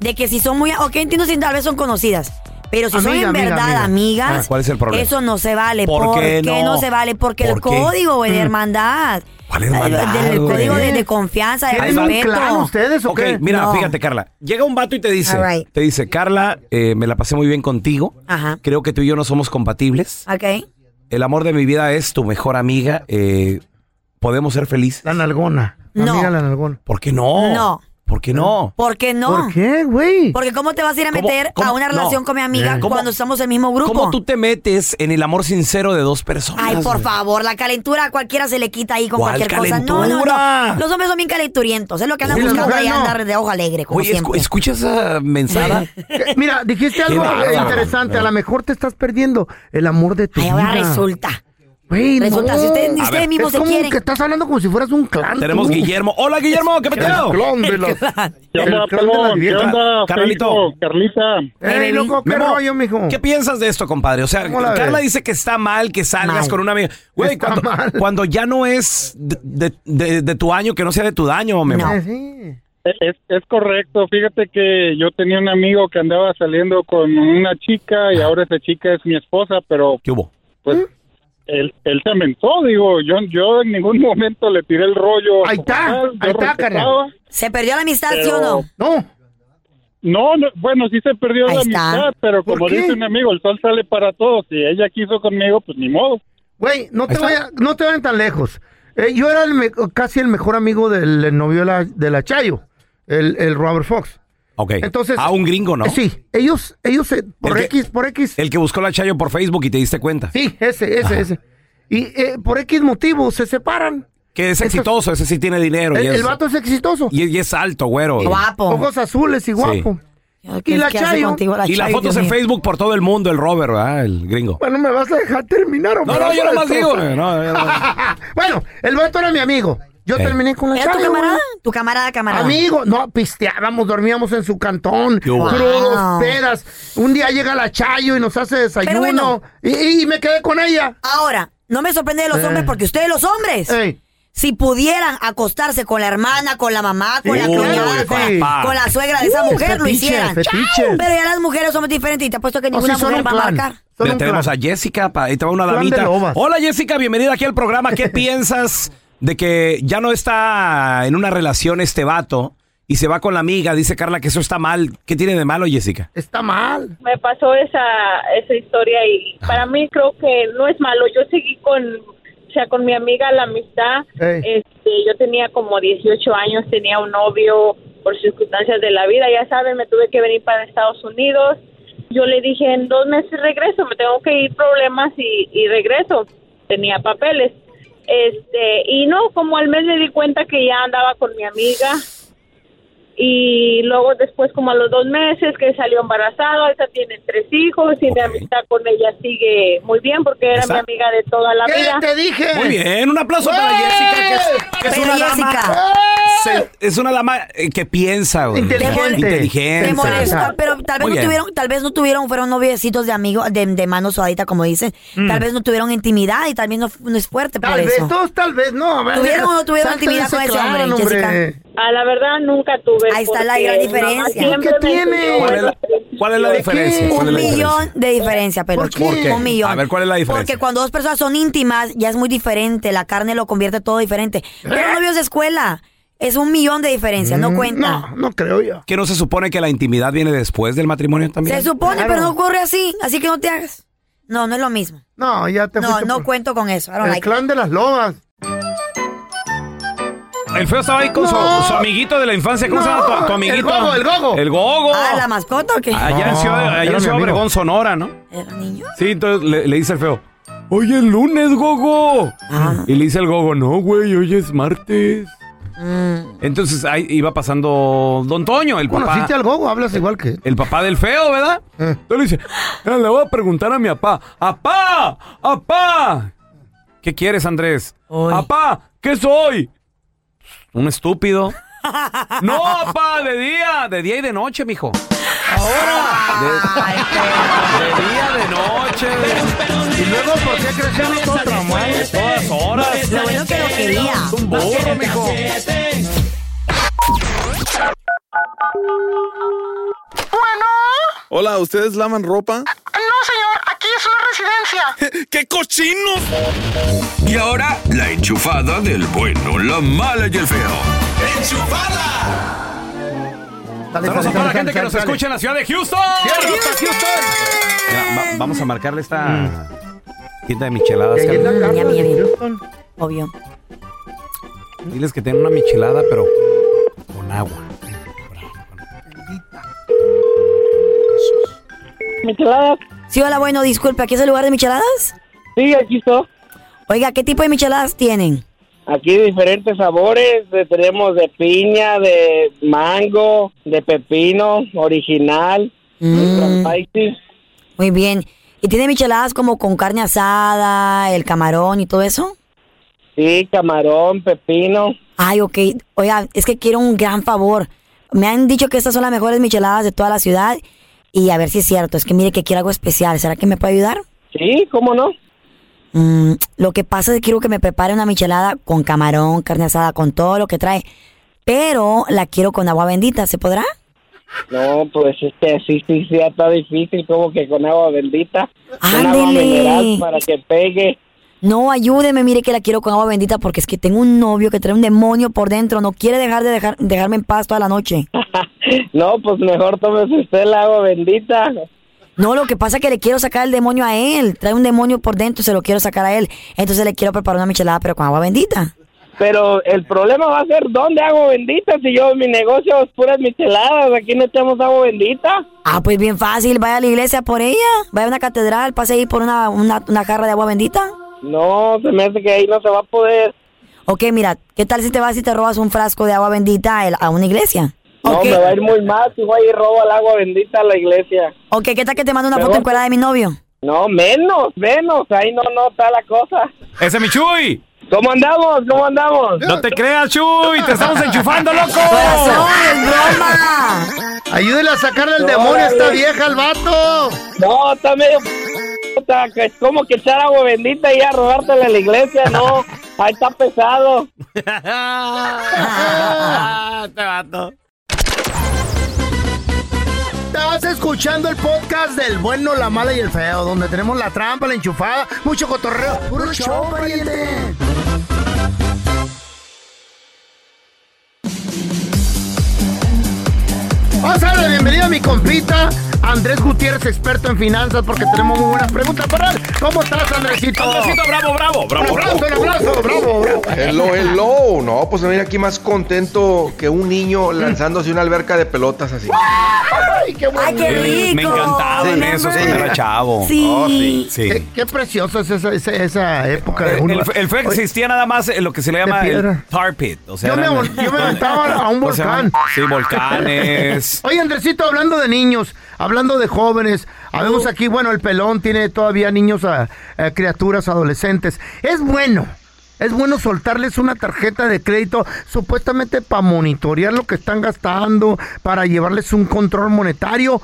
Speaker 5: de que si son muy... Ok, entiendo si tal vez son conocidas. Pero si
Speaker 4: Amiga,
Speaker 5: son en
Speaker 4: amiga,
Speaker 5: verdad
Speaker 4: amiga.
Speaker 5: amigas,
Speaker 4: Ah, ¿cuál es el problema?
Speaker 5: eso no se vale.
Speaker 4: ¿Por qué no?
Speaker 5: se vale? Porque el
Speaker 4: ¿Por qué?
Speaker 5: código, güey, de
Speaker 4: Mm.
Speaker 5: hermandad.
Speaker 4: ¿Cuál hermandad,
Speaker 5: Del-
Speaker 4: güey?
Speaker 5: del
Speaker 2: ¿Eh?
Speaker 5: código de, de confianza, de
Speaker 4: ¿Tienen un
Speaker 5: respeto.
Speaker 4: clan ustedes ok, mira,
Speaker 5: No.
Speaker 4: fíjate, Carla. Llega un vato y te dice,
Speaker 5: All right.
Speaker 4: te dice, Carla, eh, me la pasé muy bien contigo.
Speaker 5: Ajá.
Speaker 4: Creo que tú y yo no somos compatibles.
Speaker 5: Ok.
Speaker 4: El amor de mi vida es tu mejor amiga. eh, podemos ser felices.
Speaker 2: La nalgona. La
Speaker 5: No.
Speaker 2: amiga la nalgona.
Speaker 4: ¿Por qué no?
Speaker 5: No.
Speaker 4: ¿Por qué no?
Speaker 5: ¿Por qué no?
Speaker 2: ¿Por qué, güey?
Speaker 5: Porque ¿cómo te vas a ir a
Speaker 4: ¿Cómo-
Speaker 5: meter
Speaker 4: cómo-
Speaker 5: a una
Speaker 4: no.
Speaker 5: relación con mi
Speaker 2: ¿Eh?
Speaker 5: amiga
Speaker 4: ¿Cómo-
Speaker 5: cuando estamos en el mismo grupo?
Speaker 4: ¿Cómo tú te metes en el amor sincero de dos personas?
Speaker 5: Ay, por
Speaker 4: güey?
Speaker 5: favor, la calentura a cualquiera se le quita ahí con
Speaker 4: ¿Cuál
Speaker 5: cualquier cosa. No, no,
Speaker 4: calentura?
Speaker 5: no. Los hombres son bien calenturientos. Es lo que andan
Speaker 4: Sí, las
Speaker 5: buscando ahí
Speaker 2: mujeres no.
Speaker 5: andar de ojo alegre, como
Speaker 4: Oye, escu-
Speaker 5: siempre.
Speaker 4: ¿escucha esa mensada?
Speaker 2: Que- Mira, dijiste algo
Speaker 4: Qué bárbaro.
Speaker 2: interesante. A lo mejor te estás perdiendo el amor de tu
Speaker 5: Ay,
Speaker 2: vida.
Speaker 5: ahora resulta.
Speaker 2: Güey, no.
Speaker 5: Resulta, si ustedes, ni
Speaker 4: A
Speaker 5: ustedes
Speaker 4: ver,
Speaker 5: mismos
Speaker 2: Es
Speaker 5: se
Speaker 2: como
Speaker 5: quieren.
Speaker 2: que estás hablando como si fueras un clan.
Speaker 4: Tenemos
Speaker 2: tú.
Speaker 4: Guillermo. Hola, Guillermo, ¿qué
Speaker 2: El
Speaker 4: peteo?
Speaker 2: clon de los...
Speaker 7: ¿Qué
Speaker 2: El
Speaker 7: onda,
Speaker 2: clan de las
Speaker 7: pelón? ¿Qué
Speaker 2: viejas.
Speaker 7: onda,
Speaker 4: Carnalito.
Speaker 7: Feito? Carlita?
Speaker 2: Ey, loco, qué
Speaker 4: Memo,
Speaker 2: rollo, mijo.
Speaker 4: ¿Qué piensas de esto, compadre? O sea,
Speaker 2: ¿Cómo la
Speaker 4: Carla
Speaker 2: ves?
Speaker 4: dice que está mal que salgas
Speaker 5: Mal.
Speaker 4: con una amiga. Güey,
Speaker 2: Está
Speaker 4: cuando,
Speaker 2: mal.
Speaker 4: cuando ya no es de, de- de- de tu año, que no sea de tu daño, Memo.
Speaker 5: No.
Speaker 2: Eh, sí.
Speaker 7: Es, es correcto, fíjate que yo tenía un amigo que andaba saliendo con una chica y ahora esa chica es mi esposa, pero
Speaker 4: Ah. ¿Qué hubo?
Speaker 7: pues
Speaker 2: ¿Mm?
Speaker 7: él, él se mentó, digo, yo yo en ningún momento le tiré el rollo. a
Speaker 2: Ahí
Speaker 7: su
Speaker 2: está,
Speaker 7: canal, yo
Speaker 2: ahí está, carnal.
Speaker 7: respetaba.
Speaker 5: ¿Se perdió la amistad, sí o no?
Speaker 2: No.
Speaker 7: No, no, bueno, sí se perdió
Speaker 5: Ahí
Speaker 7: la
Speaker 5: está.
Speaker 7: amistad, pero
Speaker 2: ¿Por
Speaker 7: como
Speaker 2: qué?
Speaker 7: dice un amigo, el sol sale para todos. Si ella quiso conmigo, pues ni modo.
Speaker 2: Güey, no te
Speaker 4: está.
Speaker 2: vaya- no te vayan tan lejos. Eh, yo era el me- casi el mejor amigo del novio de la, de la Chayo, el, el Robert Fox.
Speaker 4: Ok.
Speaker 2: Entonces-
Speaker 4: A un gringo, ¿no?
Speaker 2: Eh, Sí, ellos, ellos, eh, por
Speaker 4: El que-
Speaker 2: X, por X.
Speaker 4: El que buscó la Chayo por Facebook y te diste cuenta.
Speaker 2: Sí, ese, ese, ese. Y eh, por X motivos se separan.
Speaker 4: Que es
Speaker 2: Entonces-
Speaker 4: exitoso, ese sí tiene dinero.
Speaker 2: El,
Speaker 4: y, es, Oh.
Speaker 2: el vato es exitoso.
Speaker 4: y, y es alto, güero.
Speaker 5: Guapo.
Speaker 2: Ojos azules y guapo.
Speaker 5: ¿Qué-
Speaker 2: y la
Speaker 5: qué hace
Speaker 2: Chayo.
Speaker 5: contigo
Speaker 4: y las
Speaker 5: Chayo,
Speaker 4: fotos
Speaker 5: Dios
Speaker 4: en
Speaker 5: mío?
Speaker 4: Facebook por todo el mundo, el Robert, ¿verdad? El gringo.
Speaker 2: Bueno, me vas a dejar terminar, o
Speaker 4: No,
Speaker 2: me
Speaker 4: no,
Speaker 2: vas
Speaker 4: yo
Speaker 2: a
Speaker 4: nomás digo.
Speaker 2: destrozar?
Speaker 4: eh, no, yo nomás-
Speaker 2: bueno, el vato era mi amigo. Yo
Speaker 4: Eh. Ah.
Speaker 2: terminé con la
Speaker 5: ¿Era tu
Speaker 2: Chayo,
Speaker 5: camarada?
Speaker 2: güey.
Speaker 5: Tu camarada, camarada.
Speaker 2: Amigo, no, pisteábamos, dormíamos en su cantón,
Speaker 4: hubo?
Speaker 2: crudos,
Speaker 5: Wow.
Speaker 2: pedas. Un día llega la Chayo y nos hace desayuno.
Speaker 5: bueno.
Speaker 2: y, y me quedé con ella.
Speaker 5: Ahora, no me sorprende de los
Speaker 2: Eh.
Speaker 5: hombres porque ustedes, los hombres,
Speaker 2: Ey,
Speaker 5: si pudieran acostarse con la hermana, con la mamá, con la
Speaker 4: Uy,
Speaker 5: cuñada, con, la-
Speaker 4: papá.
Speaker 5: con la suegra de esa
Speaker 2: Uh,
Speaker 5: mujer, lo
Speaker 2: fetiche,
Speaker 5: hicieran.
Speaker 2: fetiche.
Speaker 5: Pero ya las mujeres somos diferentes y te apuesto que
Speaker 2: o
Speaker 5: ninguna
Speaker 2: sí, son
Speaker 5: mujer
Speaker 2: un
Speaker 5: va a
Speaker 2: clan,
Speaker 5: marcar.
Speaker 2: son
Speaker 4: Mira,
Speaker 2: un
Speaker 4: tenemos a
Speaker 2: clan.
Speaker 4: Jessica, pa- ahí te va una
Speaker 2: Clan de
Speaker 4: damita.
Speaker 2: lobas.
Speaker 4: Hola Jessica, bienvenida aquí al programa. ¿Qué piensas de que ya no está en una relación este vato y se va con la amiga? Dice Carla que eso está mal. ¿Qué tiene de malo, Jessica?
Speaker 2: Está mal.
Speaker 11: Me pasó esa, esa historia y para mí creo que no es malo. Yo seguí con, o sea, con mi amiga la amistad.
Speaker 2: Ey.
Speaker 11: Este, yo tenía como 18 años, tenía un novio por circunstancias de la vida, ya saben, me tuve que venir para Estados Unidos. Yo le dije, en dos meses regreso, me tengo que ir problemas y, y regreso. Tenía papeles. Este, y no, como al mes me di cuenta que ya andaba con mi amiga y luego después como a los dos meses que salió embarazada, ahorita tiene tres hijos y mi amistad con ella sigue muy bien porque era
Speaker 1: Exacto.
Speaker 11: mi amiga de toda la
Speaker 1: ¿Qué
Speaker 11: vida.
Speaker 1: te dije? Muy bien, un aplauso para
Speaker 11: ¡Güey!
Speaker 1: Jessica, que es, que es
Speaker 11: Pero
Speaker 1: una
Speaker 5: Jessica.
Speaker 1: dama. se- es una dama eh, que piensa, güey.
Speaker 5: Inteligente.
Speaker 1: Inteligente.
Speaker 5: Te molesta, pero tal vez
Speaker 1: Muy
Speaker 5: no
Speaker 1: bien.
Speaker 5: tuvieron, tal vez no tuvieron, fueron noviecitos de amigos, de, de mano sudadita, como dicen.
Speaker 1: Mm.
Speaker 5: Tal vez no tuvieron intimidad y también no, no es fuerte por
Speaker 2: Tal vez
Speaker 5: eso.
Speaker 2: todos, tal vez no. a ver,
Speaker 5: ¿Tuvieron o no tuvieron
Speaker 2: salte
Speaker 5: intimidad
Speaker 2: ese
Speaker 5: con ese
Speaker 2: clan,
Speaker 5: hombre, Jessica?
Speaker 11: A Ah, la verdad nunca tuve.
Speaker 5: Ahí está la gran
Speaker 11: porque mi mamá
Speaker 5: diferencia.
Speaker 11: siempre
Speaker 5: ¿Qué
Speaker 11: me
Speaker 5: tiene?
Speaker 11: enseñó,
Speaker 1: ¿Cuál es la, cuál es la diferencia? ¿Cuál
Speaker 5: Un
Speaker 1: es la diferencia?
Speaker 5: millón de diferencia, pero
Speaker 1: ¿Por qué?
Speaker 5: Un millón.
Speaker 1: A ver, ¿cuál es la diferencia?
Speaker 5: Porque cuando dos personas son íntimas, ya es muy diferente. La carne lo convierte todo diferente.
Speaker 2: ¿Eh?
Speaker 5: Pero novios de escuela, es un millón de diferencia, no cuenta.
Speaker 2: Mm. No creo yo.
Speaker 4: Que no se supone que la intimidad viene después del matrimonio también.
Speaker 5: Se supone, pero no ocurre así. Así que no te hagas. No, no es lo mismo.
Speaker 2: No, ya te
Speaker 5: No,
Speaker 2: fuiste
Speaker 5: no
Speaker 2: por-
Speaker 5: cuento con eso. I don't
Speaker 2: El
Speaker 5: like it.
Speaker 2: clan de las lobas.
Speaker 1: El feo estaba ahí con
Speaker 2: No.
Speaker 1: su, su amiguito de la infancia. ¿Cómo se llama tu- tu,
Speaker 2: No, el
Speaker 1: amiguito?
Speaker 2: gogo, el gogo.
Speaker 1: El gogo.
Speaker 5: Ah, la mascota o qué?
Speaker 1: Allá en Ciudad, allá en
Speaker 4: era mi
Speaker 1: Ciudad
Speaker 4: amigo.
Speaker 1: Obregón, Sonora, ¿no?
Speaker 5: ¿Era niño?
Speaker 4: Sí, entonces le, le dice el feo. Hoy es lunes, Gogo.
Speaker 5: Ah.
Speaker 4: Y le dice el Gogo, no, güey, hoy es martes.
Speaker 5: Mm.
Speaker 4: Entonces ahí iba pasando Don Toño, el papá.
Speaker 2: ¿Conociste al gogo? Hablas igual que... Eh.
Speaker 4: El papá del feo, ¿verdad? Entonces le dice, "Ah, le voy a preguntar a mi papá. ¡Apá! ¡Apá! ¿Qué quieres, Andrés? ¡Apá! ¿Qué soy? Un estúpido. no, papá, de día, de día y de noche, mijo. Ahora. De, de día, de noche.
Speaker 2: Y luego, ¿por qué crecemos todo traumado?
Speaker 1: Todas horas.
Speaker 5: Lo bueno que lo quería.
Speaker 1: Un burro, mijo.
Speaker 12: Bueno,
Speaker 13: Hola, ¿ustedes lavan ropa?
Speaker 12: no señor, aquí es una residencia.
Speaker 13: ¡Qué cochinos! Y ahora, la enchufada del bueno, la mala y el feo.
Speaker 1: Saludos a toda la gente que nos escucha en la ciudad de Houston.
Speaker 4: Mira, va- vamos a marcarle esta tienda de micheladas.
Speaker 5: Mm,
Speaker 4: Carla.
Speaker 5: ya, ya, ya. Obvio.
Speaker 4: Diles que tienen una michelada, pero con agua.
Speaker 5: ¿Micheladas? Sí, hola, bueno, disculpe, ¿aquí es el lugar de micheladas? Sí, aquí está. Oiga, ¿qué tipo de micheladas tienen?
Speaker 8: Aquí diferentes sabores, eh, tenemos de piña, de mango, de pepino, original,
Speaker 5: Mm.
Speaker 8: ultra spicy.
Speaker 5: Muy bien. ¿Y tiene micheladas como con carne asada, el camarón y todo eso?
Speaker 8: Sí, camarón, pepino.
Speaker 5: Ay, ok. Oiga, es que quiero un gran favor. Me han dicho que estas son las mejores micheladas de toda la ciudad. Y a ver si es cierto. Es que mire que quiero algo especial. ¿Será que me puede ayudar? Mm,
Speaker 8: Sí, ¿cómo no?
Speaker 5: lo que pasa es que quiero que me prepare una michelada con camarón, carne asada, con todo lo que trae. Pero la quiero con agua bendita. ¿Se podrá?
Speaker 8: No, pues este, sí, sí, sí, ya está difícil, como que con agua bendita. Con agua
Speaker 5: Ándele.
Speaker 8: mineral para que pegue.
Speaker 5: No, ayúdeme, mire que la quiero con agua bendita porque es que tengo un novio que trae un demonio por dentro, no quiere dejar de dejar, dejarme en paz toda la noche.
Speaker 8: No, pues mejor tómese usted el agua bendita.
Speaker 5: No, lo que pasa es que le quiero sacar el demonio a él, trae un demonio por dentro y se lo quiero sacar a él. Entonces le quiero preparar una michelada pero con agua bendita.
Speaker 8: Pero el problema va a ser dónde hago bendita si yo mi negocio es puras micheladas, aquí no tenemos agua bendita.
Speaker 5: Ah, pues bien fácil, vaya a la iglesia por ella, vaya a una catedral, pase ahí por una, una, una jarra de agua bendita.
Speaker 8: No, se me hace que ahí no se va a poder.
Speaker 5: Ok, mira, ¿qué tal si te vas y te robas un frasco de agua bendita a, el- a una iglesia?
Speaker 8: No,
Speaker 5: Ok.
Speaker 8: me va a ir muy mal si voy y robo el agua bendita a la iglesia.
Speaker 5: Ok, ¿qué tal que te mando una
Speaker 8: Me
Speaker 5: foto
Speaker 8: voy.
Speaker 5: en cuerda de mi novio?
Speaker 8: No, menos, menos, ahí no, no está la cosa.
Speaker 1: Ese es mi Chuy.
Speaker 8: ¿Cómo andamos? ¿Cómo andamos?
Speaker 1: No te creas, Chuy. Te estamos enchufando, loco.
Speaker 2: Ayúdela a sacarle el
Speaker 8: No,
Speaker 2: demonio a esta
Speaker 8: dale.
Speaker 2: vieja, al vato.
Speaker 8: No, está medio... puta, que Es como que echar agua bendita y a robártela a la iglesia, no. Ahí está pesado.
Speaker 2: Estás escuchando el podcast del bueno, la mala y el feo, donde tenemos la trampa, la enchufada, mucho cotorreo. ¡Puro show, pariente! Vamos a darle la bienvenida a mi compita, Andrés Gutiérrez, experto en finanzas, porque tenemos muy buenas preguntas para él. ¿Cómo estás, Andresito?
Speaker 1: Andresito, bravo, bravo, bravo,
Speaker 2: Un aplauso, un aplauso, bravo, bravo.
Speaker 14: Hello, hello. No, pues venir aquí más contento que un niño lanzándose una alberca de pelotas así.
Speaker 2: ¡Ay, qué bueno!
Speaker 5: ¡Ay, qué rico!
Speaker 4: Me encantaban esos cuando era chavo.
Speaker 5: Sí.
Speaker 4: Oh, sí. Sí.
Speaker 2: Qué, qué preciosa es esa, esa, esa
Speaker 1: Eh,
Speaker 2: época de uno.
Speaker 4: El, el feo existía nada más en lo que se le
Speaker 2: De
Speaker 4: llama el
Speaker 2: piedra.
Speaker 4: tar pit. O sea,
Speaker 2: Yo me
Speaker 4: eran-
Speaker 2: vol- yo me aventaba a un
Speaker 4: ¿cómo se llama?
Speaker 2: volcán.
Speaker 4: Sí, volcanes.
Speaker 2: Oye, Andresito, hablando de niños, hablando de jóvenes, habemos aquí, bueno, el pelón tiene todavía niños, a, a criaturas, adolescentes. Es bueno, es bueno soltarles una tarjeta de crédito supuestamente para monitorear lo que están gastando, para llevarles un control monetario,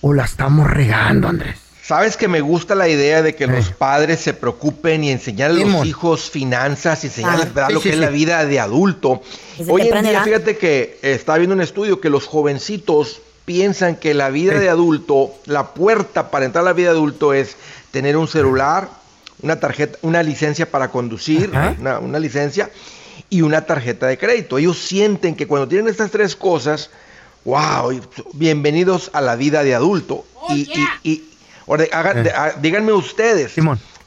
Speaker 2: o la estamos regando, Andrés.
Speaker 14: Sabes que me gusta la idea de que los padres se preocupen y enseñar a los
Speaker 2: Simón.
Speaker 14: hijos finanzas, enseñarles
Speaker 2: Ah,
Speaker 14: ¿verdad?
Speaker 2: sí,
Speaker 14: lo
Speaker 2: sí,
Speaker 14: que
Speaker 2: sí.
Speaker 14: es la vida de adulto.
Speaker 2: Desde
Speaker 14: Hoy en
Speaker 2: temprana
Speaker 14: día,
Speaker 2: edad.
Speaker 14: fíjate que eh, estaba viendo un estudio que los jovencitos piensan que la vida de adulto, la puerta para entrar a la vida de adulto es tener un celular, una tarjeta, una licencia para conducir, una, una licencia y una tarjeta de crédito. Ellos sienten que cuando tienen estas tres cosas, wow, y- bienvenidos a la vida de adulto. y, y- y- ahora, hagan-
Speaker 2: Eh.
Speaker 14: ah, díganme ustedes,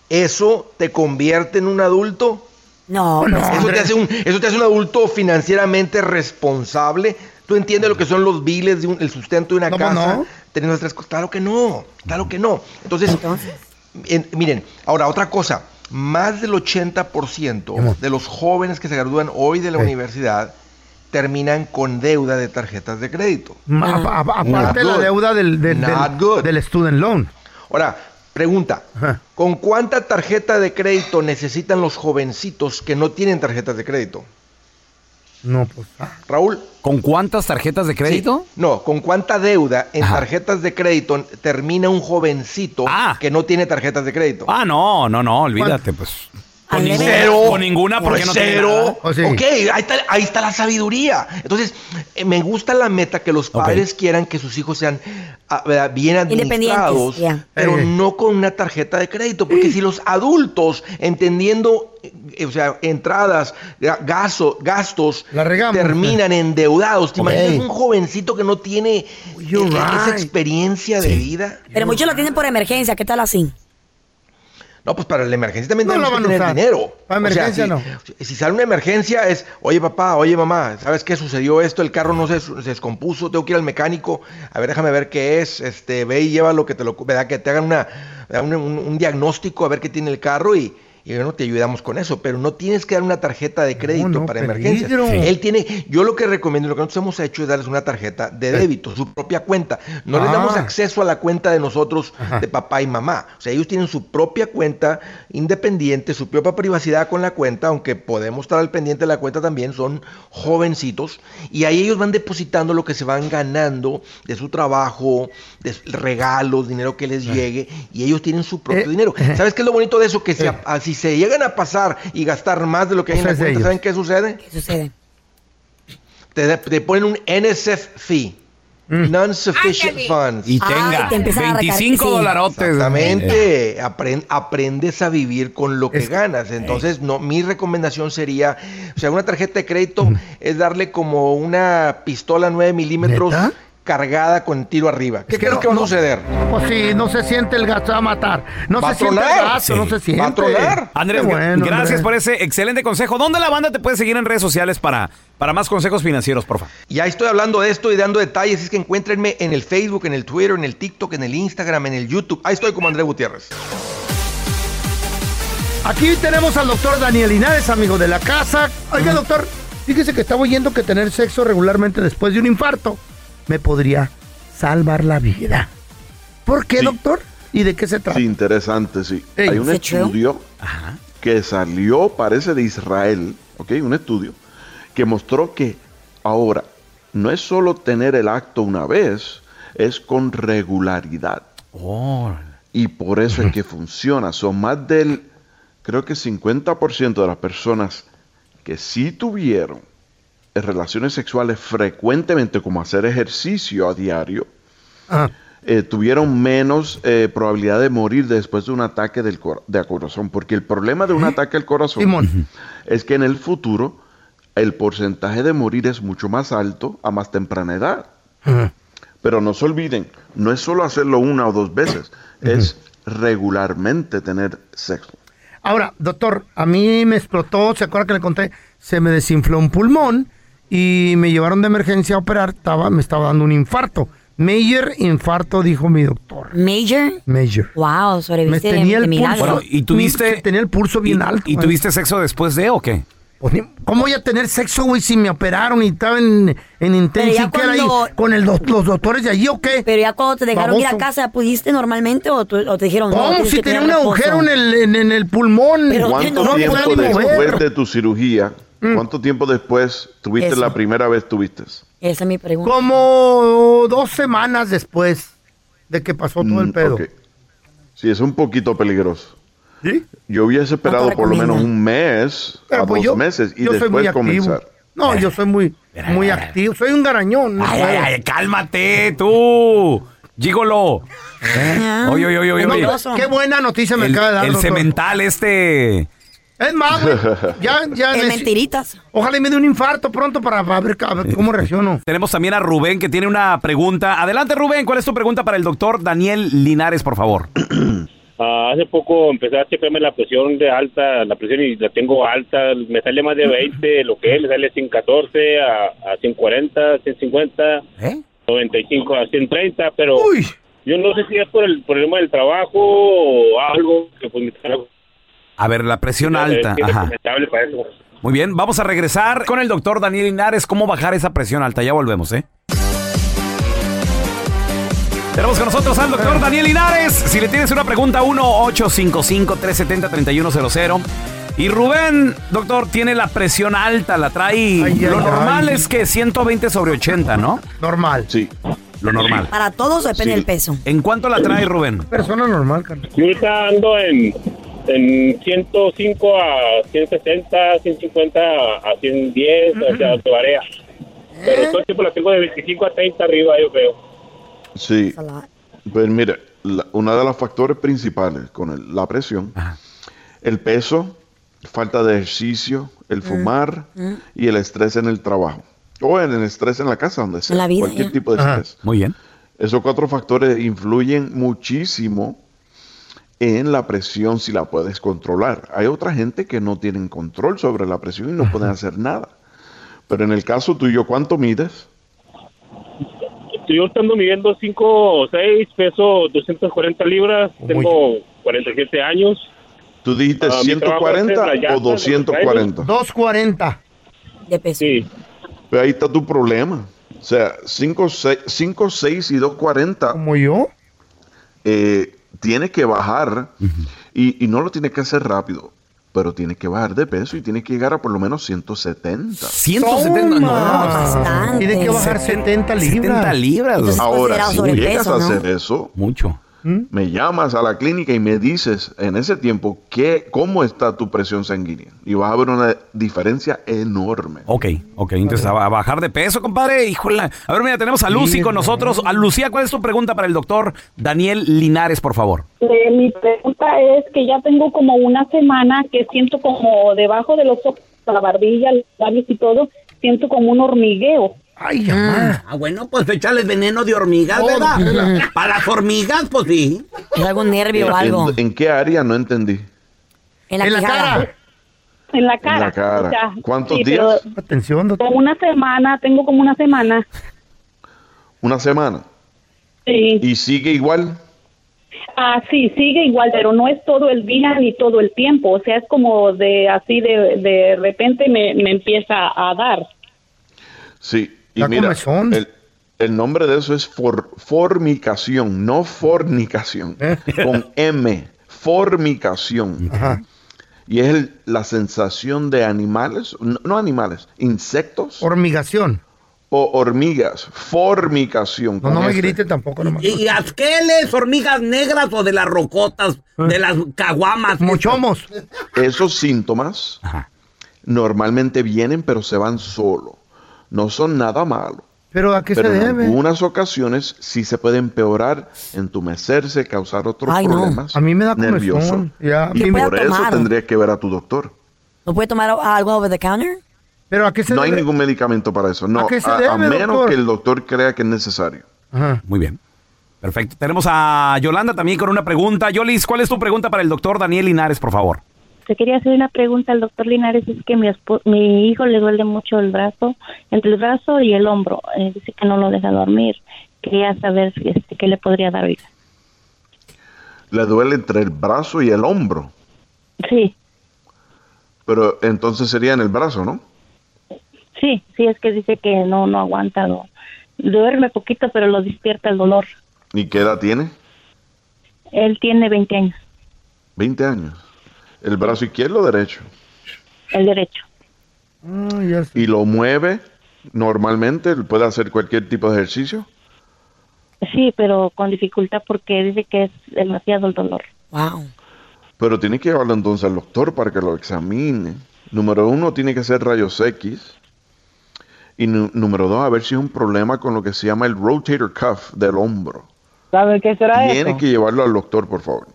Speaker 14: ¿eso te convierte en un adulto?
Speaker 5: No,
Speaker 2: pues,
Speaker 14: eso, te hace un, eso te hace un adulto financieramente responsable. ¿Tú entiendes lo que son los biles, de un- el sustento de una
Speaker 2: pues,
Speaker 14: casa?
Speaker 2: no.
Speaker 14: Teniendo las tres cosas. Claro que no, claro que no. Entonces, en- miren, ahora otra cosa. Más del 80% de los jóvenes que se gradúan hoy de la universidad terminan con deuda de tarjetas de crédito.
Speaker 2: Ma- a- a-
Speaker 14: Not
Speaker 2: Aparte de la
Speaker 14: good.
Speaker 2: deuda del, del- del-
Speaker 14: Not good.
Speaker 2: del student loan.
Speaker 14: Ahora, pregunta, ¿con cuánta tarjeta de crédito necesitan los jovencitos que no tienen tarjetas de crédito?
Speaker 2: No, pues.
Speaker 14: Raúl.
Speaker 4: ¿Con cuántas tarjetas de crédito?
Speaker 14: Sí. No, ¿con cuánta deuda en tarjetas de crédito termina un jovencito que no tiene tarjetas de crédito?
Speaker 4: Ah, no, no, no, olvídate, pues. Con ninguna,
Speaker 14: Cero.
Speaker 4: con ninguna porque
Speaker 14: Pues
Speaker 4: no tiene
Speaker 14: cero.
Speaker 4: nada.
Speaker 14: Ok, ahí está, ahí está la sabiduría. Entonces, eh, me gusta la meta que los padres quieran que sus hijos sean ah, ¿verdad? bien
Speaker 5: Independientes,
Speaker 14: administrados,
Speaker 5: ya.
Speaker 14: pero
Speaker 5: Eh.
Speaker 14: no con una tarjeta de crédito, porque si los adultos, entendiendo, eh, o sea, entradas, ga- gaso- gastos, terminan endeudados, ¿te
Speaker 2: Ok.
Speaker 14: imaginas un jovencito que no tiene eh, esa
Speaker 5: right.
Speaker 14: experiencia de vida?
Speaker 5: Pero muchos lo tienen por emergencia, ¿qué tal así?
Speaker 14: No, pues para la emergencia también
Speaker 5: No
Speaker 14: tenemos
Speaker 5: lo
Speaker 14: que
Speaker 5: van a
Speaker 14: tener
Speaker 5: usar.
Speaker 14: dinero.
Speaker 2: Para emergencia
Speaker 14: si,
Speaker 2: no.
Speaker 14: si- Si sale una emergencia es, oye papá, oye mamá, ¿sabes qué sucedió esto? El carro no se, se descompuso, tengo que ir al mecánico, a ver, déjame ver qué es, este, ve y lleva lo que te lo, ¿verdad? Que te hagan una, un, un- un diagnóstico a ver qué tiene el carro y, y bueno, te ayudamos con eso, pero no tienes que dar una tarjeta de crédito
Speaker 2: no,
Speaker 14: para emergencias.
Speaker 2: peligro. Sí.
Speaker 14: Él tiene, yo lo que recomiendo, lo que nosotros hemos hecho es darles una tarjeta de débito, su propia cuenta. No les damos
Speaker 2: Eh. Ah.
Speaker 14: acceso a la cuenta de nosotros, de papá y mamá. O sea, ellos tienen su propia cuenta independiente, su propia privacidad con la cuenta, aunque podemos estar al pendiente de la cuenta también, son jovencitos. Y ahí ellos van depositando lo que se van ganando de su trabajo, de s- regalos, dinero que
Speaker 2: Eh.
Speaker 14: les llegue, y ellos tienen su propio dinero. ¿Sabes qué es lo bonito de eso? Que si, a- si se llegan a pasar y gastar más de lo que hay en
Speaker 2: Esa
Speaker 14: la
Speaker 2: Eh. es de
Speaker 14: cuenta,
Speaker 2: ellos.
Speaker 14: ¿saben qué sucede?
Speaker 5: ¿Qué sucede?
Speaker 14: Te, te ponen un NSF fee. Non-sufficient funds.
Speaker 4: Y tenga, Ay, Ah, te empiezan a 25 recargar, sí. dolarotes.
Speaker 14: Exactamente. Apren- aprendes a vivir con lo que ganas. Entonces, no, mi recomendación sería, o sea, una tarjeta de crédito es darle como una pistola 9 milímetros cargada con tiro arriba. ¿Qué crees que va a suceder?
Speaker 2: Pues sí, no se siente el gasto a matar. No
Speaker 14: Va
Speaker 2: se
Speaker 14: a
Speaker 2: siente el
Speaker 14: tronar.
Speaker 4: Ah,
Speaker 2: gasto,
Speaker 14: Sí.
Speaker 2: no se siente.
Speaker 14: Va a tronar.
Speaker 4: Andrés,
Speaker 2: Qué bueno,
Speaker 4: gracias
Speaker 2: Andrés.
Speaker 4: por ese excelente consejo. ¿Dónde la banda te puede seguir en redes sociales para, para más consejos financieros, porfa?
Speaker 14: Ya estoy hablando de esto y dando detalles. Es que encuéntrenme en el Facebook, en el Twitter, en el TikTok, en el Instagram, en el YouTube. Ahí estoy como Andrés Gutiérrez.
Speaker 2: Aquí tenemos al doctor Daniel Linares, amigo de la casa. Oiga, doctor, fíjese que estaba oyendo que tener sexo regularmente después de un infarto me podría salvar la vida. ¿Por qué, doctor? ¿Y de qué se trata?
Speaker 15: Sí, interesante, sí.
Speaker 2: Ey,
Speaker 15: Hay un
Speaker 2: ¿se echó?
Speaker 15: estudio que salió, parece, de Israel, ¿ok? Un estudio que mostró que ahora no es solo tener el acto una vez, es con regularidad. Y por eso es que funciona. Son más del, creo que 50% de las personas que sí tuvieron relaciones sexuales frecuentemente, como hacer ejercicio a diario,
Speaker 2: Ah.
Speaker 15: eh, tuvieron menos eh, probabilidad de morir después de un ataque del cor- de corazón. Porque el problema de un ataque al corazón es que en el futuro el porcentaje de morir es mucho más alto a más temprana edad. Pero no se olviden, no es solo hacerlo una o dos veces, es regularmente tener sexo.
Speaker 2: Ahora, doctor, a mí me explotó, ¿se acuerda que le conté? Se me desinfló un pulmón y me llevaron de emergencia a operar, estaba, me estaba dando un infarto. Major infarto, dijo mi doctor.
Speaker 5: ¿Major?
Speaker 2: Major.
Speaker 5: Wow,
Speaker 2: Me
Speaker 5: sobreviviste
Speaker 2: tenía
Speaker 5: de,
Speaker 2: el
Speaker 5: de milagro.
Speaker 2: pulso.
Speaker 4: ¿y tuviste-
Speaker 2: Tenía el pulso bien
Speaker 4: ¿Y-
Speaker 2: alto.
Speaker 4: ¿Y
Speaker 2: güey.
Speaker 4: tuviste sexo después de o qué?
Speaker 2: Pues ni- ¿Cómo voy a tener sexo, güey, si me operaron y estaba en, en intensive
Speaker 5: ya
Speaker 2: care ahí
Speaker 5: cuando-
Speaker 2: con el doc- los doctores de allí o qué?
Speaker 5: Pero ya cuando te dejaron ir a casa, ¿pudiste normalmente o, tú- o te dijeron no?
Speaker 2: ¿Cómo?
Speaker 5: tienes
Speaker 2: si
Speaker 5: que
Speaker 2: tenía
Speaker 5: tener
Speaker 2: un
Speaker 5: reposo?
Speaker 2: agujero en el, en, en el pulmón.
Speaker 15: ¿Cuánto
Speaker 2: no
Speaker 15: tiempo
Speaker 2: puedo ni
Speaker 15: después
Speaker 2: mover.
Speaker 15: de tu cirugía, cuánto tiempo después tuviste
Speaker 2: Eso.
Speaker 15: la primera vez tuviste?
Speaker 5: Esa es mi pregunta.
Speaker 2: Como dos semanas después de que pasó todo el
Speaker 15: Mm,
Speaker 2: pedo.
Speaker 15: ok. Sí, es un poquito peligroso.
Speaker 2: ¿Sí?
Speaker 15: Yo hubiese esperado por lo menos
Speaker 2: recomiendan.
Speaker 15: un mes
Speaker 2: Pero
Speaker 15: a
Speaker 2: pues
Speaker 15: dos
Speaker 2: yo-
Speaker 15: meses y
Speaker 2: yo soy muy
Speaker 15: después
Speaker 2: activo.
Speaker 15: comenzar. Eh.
Speaker 2: No, yo soy muy, muy activo. Soy un garañón. no
Speaker 4: Ay,
Speaker 2: puedo.
Speaker 4: ay, ay, cálmate, tú. Gígolo. ¿Eh? Oye, oye, oye, oye.
Speaker 2: No,
Speaker 4: oye.
Speaker 2: Qué buena noticia me
Speaker 4: El,
Speaker 2: acaba de dar,
Speaker 4: el
Speaker 2: doctor.
Speaker 4: cemental este.
Speaker 2: Es más, güey, ya, ya.
Speaker 5: El
Speaker 2: neces-
Speaker 5: mentiritas.
Speaker 2: Ojalá y me dé un infarto pronto para, para ver, a ver cómo reacciono.
Speaker 4: Tenemos también a Rubén que tiene una pregunta. Adelante, Rubén, ¿cuál es tu pregunta para el doctor Daniel Linares, por favor?
Speaker 16: Ah, hace poco empecé a checarme la presión de alta, la presión y la tengo alta, me sale más de 20, lo que es, me sale 114 a, a 140, 150, 95 a 130, pero yo no sé si es por el problema del trabajo o algo que pues mi trabajo
Speaker 4: A ver, la presión alta.
Speaker 16: es
Speaker 4: Ajá.
Speaker 16: recomendable para eso.
Speaker 4: Muy bien, vamos a regresar con el doctor Daniel Linares. ¿Cómo bajar esa presión alta? Ya volvemos, ¿eh? Tenemos con nosotros al doctor Daniel Linares. Si le tienes una pregunta, 1-855-370-3100. Y Rubén, doctor, tiene la presión alta, la trae. lo
Speaker 2: ay,
Speaker 4: normal
Speaker 2: ay.
Speaker 4: es que 120 sobre 80, ¿no?
Speaker 2: Normal.
Speaker 15: Sí.
Speaker 4: Lo normal.
Speaker 5: Para todos depende del peso.
Speaker 4: ¿En cuánto la trae, Rubén?
Speaker 2: Persona normal, carnal.
Speaker 16: Yo ahorita ando en, en 105 a 160, 150 a a 110, o sea, se varía. Pero todo el tiempo la tengo de 25 a 30 arriba, yo creo.
Speaker 15: Sí. Pues mire, la- uno de los factores principales con el- la presión, el peso, falta de ejercicio, el fumar
Speaker 5: Mm.
Speaker 15: y el estrés en el trabajo. O en el estrés en la casa, donde sea.
Speaker 5: la vida,
Speaker 15: cualquier
Speaker 5: ya.
Speaker 15: tipo de
Speaker 5: Ajá.
Speaker 15: estrés.
Speaker 4: Muy bien.
Speaker 15: Esos cuatro factores influyen muchísimo en la presión si la puedes controlar. Hay otra gente que no tienen control sobre la presión y no pueden hacer nada. Pero en el caso tuyo, ¿cuánto mides?
Speaker 16: Estoy ahorita ando midiendo 5 o 6, peso 240 libras, tengo 47 años.
Speaker 15: ¿Tú dijiste
Speaker 16: Ah, mi trabajo es
Speaker 15: 140
Speaker 16: la llanta,
Speaker 15: o 240?
Speaker 2: 240.
Speaker 5: De peso.
Speaker 16: Sí.
Speaker 15: Pues ahí está tu problema. O sea, 5, 6 y 240.
Speaker 2: Como yo.
Speaker 15: Eh, tiene que bajar y, y no lo tiene que hacer rápido, pero tiene que bajar de peso y tiene que llegar a por lo menos 170.
Speaker 4: 170, no,
Speaker 5: bastante.
Speaker 2: Tiene que bajar 70 libras.
Speaker 4: 70 libras.
Speaker 5: pues,
Speaker 15: Ahora, si
Speaker 5: sobrepeso,
Speaker 15: llegas a
Speaker 5: ¿no?
Speaker 15: hacer eso, ¿Mm?
Speaker 4: mucho.
Speaker 15: me llamas a la clínica y me dices en ese tiempo qué, cómo está tu presión sanguínea. Y vas a ver una diferencia enorme.
Speaker 4: Ok, ok, entonces Pues, a, a bajar de peso, compadre. Híjole. A ver, mira, tenemos a Lucy con nosotros. A Lucía, ¿cuál es tu pregunta para el doctor Daniel Linares, por favor?
Speaker 17: Eh, mi pregunta es que ya tengo como una semana que siento como debajo de los ojos, la barbilla, los labios y todo, siento como un hormigueo.
Speaker 2: Ay, mamá.
Speaker 6: Ah, bueno, pues échale veneno de hormigas,
Speaker 17: Oh,
Speaker 6: ¿verdad? Para las hormigas, pues sí.
Speaker 5: Es algún nervio
Speaker 15: ¿En,
Speaker 5: o algo.
Speaker 15: en qué área? No entendí.
Speaker 5: En la, quijada.
Speaker 17: En la cara.
Speaker 15: En la cara.
Speaker 17: o sea,
Speaker 15: ¿Cuántos
Speaker 17: sí, pero
Speaker 15: días?
Speaker 2: Atención, doctor.
Speaker 17: Como una semana, tengo como una semana.
Speaker 15: Una semana.
Speaker 17: Sí.
Speaker 15: ¿Y sigue igual?
Speaker 17: Ah, sí, sigue igual, pero no es todo el día ni todo el tiempo. O sea, es como de así de, de repente me, me empieza a dar.
Speaker 15: Sí, y mira, el, el nombre de eso es for- formicación, no fornicación,
Speaker 2: Eh.
Speaker 15: con M, formicación. Y es el- la sensación de animales, no, no animales, insectos.
Speaker 2: Hormigación.
Speaker 15: O hormigas, formicación.
Speaker 2: No,
Speaker 15: con
Speaker 2: no me
Speaker 15: F.
Speaker 2: grite tampoco, nomás.
Speaker 6: ¿Y asqueles, hormigas negras o de las rocotas, de las caguamas?
Speaker 2: Mochomos.
Speaker 15: Esos síntomas normalmente vienen, pero se van solo. No son nada malo.
Speaker 2: Pero ¿a qué
Speaker 15: Pero
Speaker 2: se
Speaker 15: en
Speaker 2: debe?
Speaker 15: algunas ocasiones sí se puede empeorar, entumecerse, causar otros
Speaker 5: Ay, no.
Speaker 15: problemas.
Speaker 5: A mí me da
Speaker 15: nervioso.
Speaker 5: comezón, ya.
Speaker 15: Y
Speaker 5: Lo voy a
Speaker 15: por eso
Speaker 5: tomar.
Speaker 15: tendría que ver a tu doctor.
Speaker 5: ¿No puede tomar algo over the counter?
Speaker 2: ¿Pero a qué
Speaker 15: No hay ningún medicamento para eso. No,
Speaker 5: ¿A qué se
Speaker 15: a, a
Speaker 5: debe,
Speaker 15: menos
Speaker 5: doctor?
Speaker 15: que el doctor crea que es necesario.
Speaker 4: Muy bien. Perfecto. Tenemos a Yolanda también con una pregunta. Yolis, ¿cuál es tu pregunta para el doctor Daniel Linares, por favor?
Speaker 18: Te quería hacer una pregunta al doctor Linares. Es que mi, espo- mi hijo le duele mucho el brazo, entre el brazo y el hombro. Eh, dice que no lo deja dormir. Quería saber si, este, qué le podría dar ahorita.
Speaker 15: Le duele entre el brazo y el hombro,
Speaker 18: Sí,
Speaker 15: pero entonces sería en el brazo, ¿no?
Speaker 18: sí, sí, es que dice que no, no aguanta. lo- duerme poquito, pero lo despierta el dolor.
Speaker 15: ¿Y qué edad tiene?
Speaker 18: Él tiene 20 años,
Speaker 15: 20 años. ¿El brazo izquierdo o derecho?
Speaker 18: el derecho.
Speaker 15: ¿Y lo mueve normalmente? ¿Puede hacer cualquier tipo de ejercicio?
Speaker 18: Sí, pero con dificultad porque dice que es demasiado el dolor.
Speaker 5: Wow.
Speaker 15: Pero tiene que llevarlo entonces al doctor para que lo examine. Número uno, tiene que hacer rayos X. Y nu- número dos, a ver si es un problema con lo que se llama el rotator cuff del hombro.
Speaker 19: ¿Sabe qué será
Speaker 15: Tiene
Speaker 8: este
Speaker 19: eso?
Speaker 15: que llevarlo al doctor, por favor.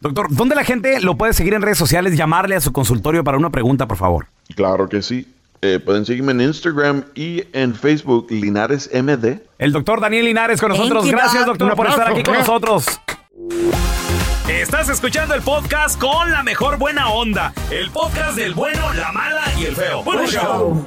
Speaker 4: Doctor, ¿dónde la gente lo puede seguir en redes sociales, llamarle a su consultorio para una pregunta, por favor?
Speaker 15: Claro que sí. Eh, pueden seguirme en Instagram y en Facebook, Linares MD.
Speaker 4: El doctor Daniel Linares con nosotros. Gracias, doctor, por estar aquí con nosotros.
Speaker 1: Estás escuchando el podcast con la mejor buena onda. El podcast del bueno, la mala y el feo. Buen show.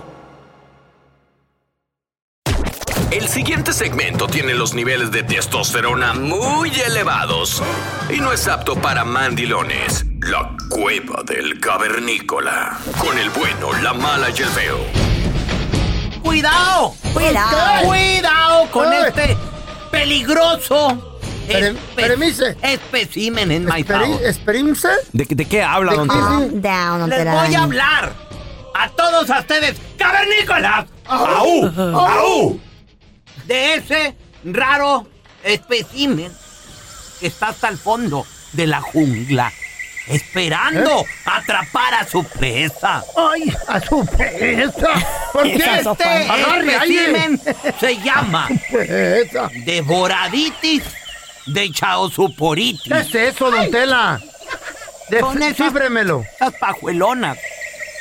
Speaker 3: El siguiente segmento tiene los niveles de testosterona muy elevados y no es apto para mandilones. La cueva del cavernícola. Con el bueno, la mala y el feo.
Speaker 6: ¡Cuidado!
Speaker 5: ¡Cuidado!
Speaker 6: ¡Cuidado con
Speaker 5: Ay.
Speaker 6: este peligroso!
Speaker 2: Espere-
Speaker 6: Especimen Especimen en my power.
Speaker 2: ¿Esperimse?
Speaker 4: ¿De, qué- de qué habla,
Speaker 6: ¿De
Speaker 4: don
Speaker 6: qué?
Speaker 4: Tela?
Speaker 5: Down, don
Speaker 6: Les
Speaker 5: Tela.
Speaker 6: voy a hablar a todos a ustedes, cavernícolas. ¡Aú! ¡Aú! De ese raro espécimen que está hasta el fondo de la jungla, esperando atrapar a su presa.
Speaker 2: ¿Eh? ¡Ay! ¡A su presa! ¿Por qué?
Speaker 6: Este
Speaker 2: ¡Agarre aire!
Speaker 6: espécimen se llama devoraditis de chaosuporitis.
Speaker 2: ¿Qué es eso, don Tela?
Speaker 6: Con esas, esas pajuelonas.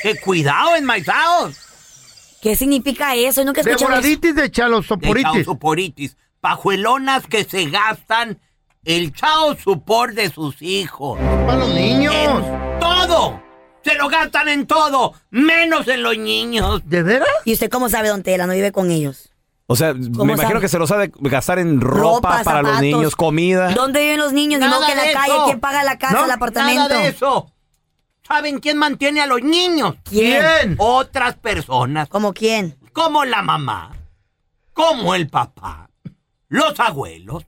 Speaker 6: Que cuidado, enmaizados.
Speaker 5: ¿Qué significa eso? Nunca escuché
Speaker 2: de chalosoporitis.
Speaker 6: De chaosuporitis. Pajuelonas que se gastan el chaosupor de sus hijos.
Speaker 2: ¡Para los niños!
Speaker 6: ¡Todo! Se lo gastan en todo, menos en los niños.
Speaker 2: ¿De veras?
Speaker 5: ¿Y usted cómo sabe, don Tela? No vive con ellos.
Speaker 4: O sea, me imagino
Speaker 5: sabe?
Speaker 4: que se los ha de gastar en ropa,
Speaker 5: Ropa,
Speaker 4: para los
Speaker 5: zapatos.
Speaker 4: niños,
Speaker 2: Ah.
Speaker 4: comida.
Speaker 5: ¿Dónde viven los niños? Ni
Speaker 6: Nada
Speaker 5: modo que en
Speaker 6: de
Speaker 5: la calle.
Speaker 6: eso.
Speaker 5: ¿Quién paga la casa,
Speaker 6: No,
Speaker 5: el apartamento?
Speaker 6: Nada de eso. ¿Saben quién mantiene a los niños?
Speaker 5: ¿Quién? ¿Quién?
Speaker 6: Otras personas.
Speaker 5: ¿Como quién?
Speaker 6: Como la mamá. Como el papá. Los abuelos.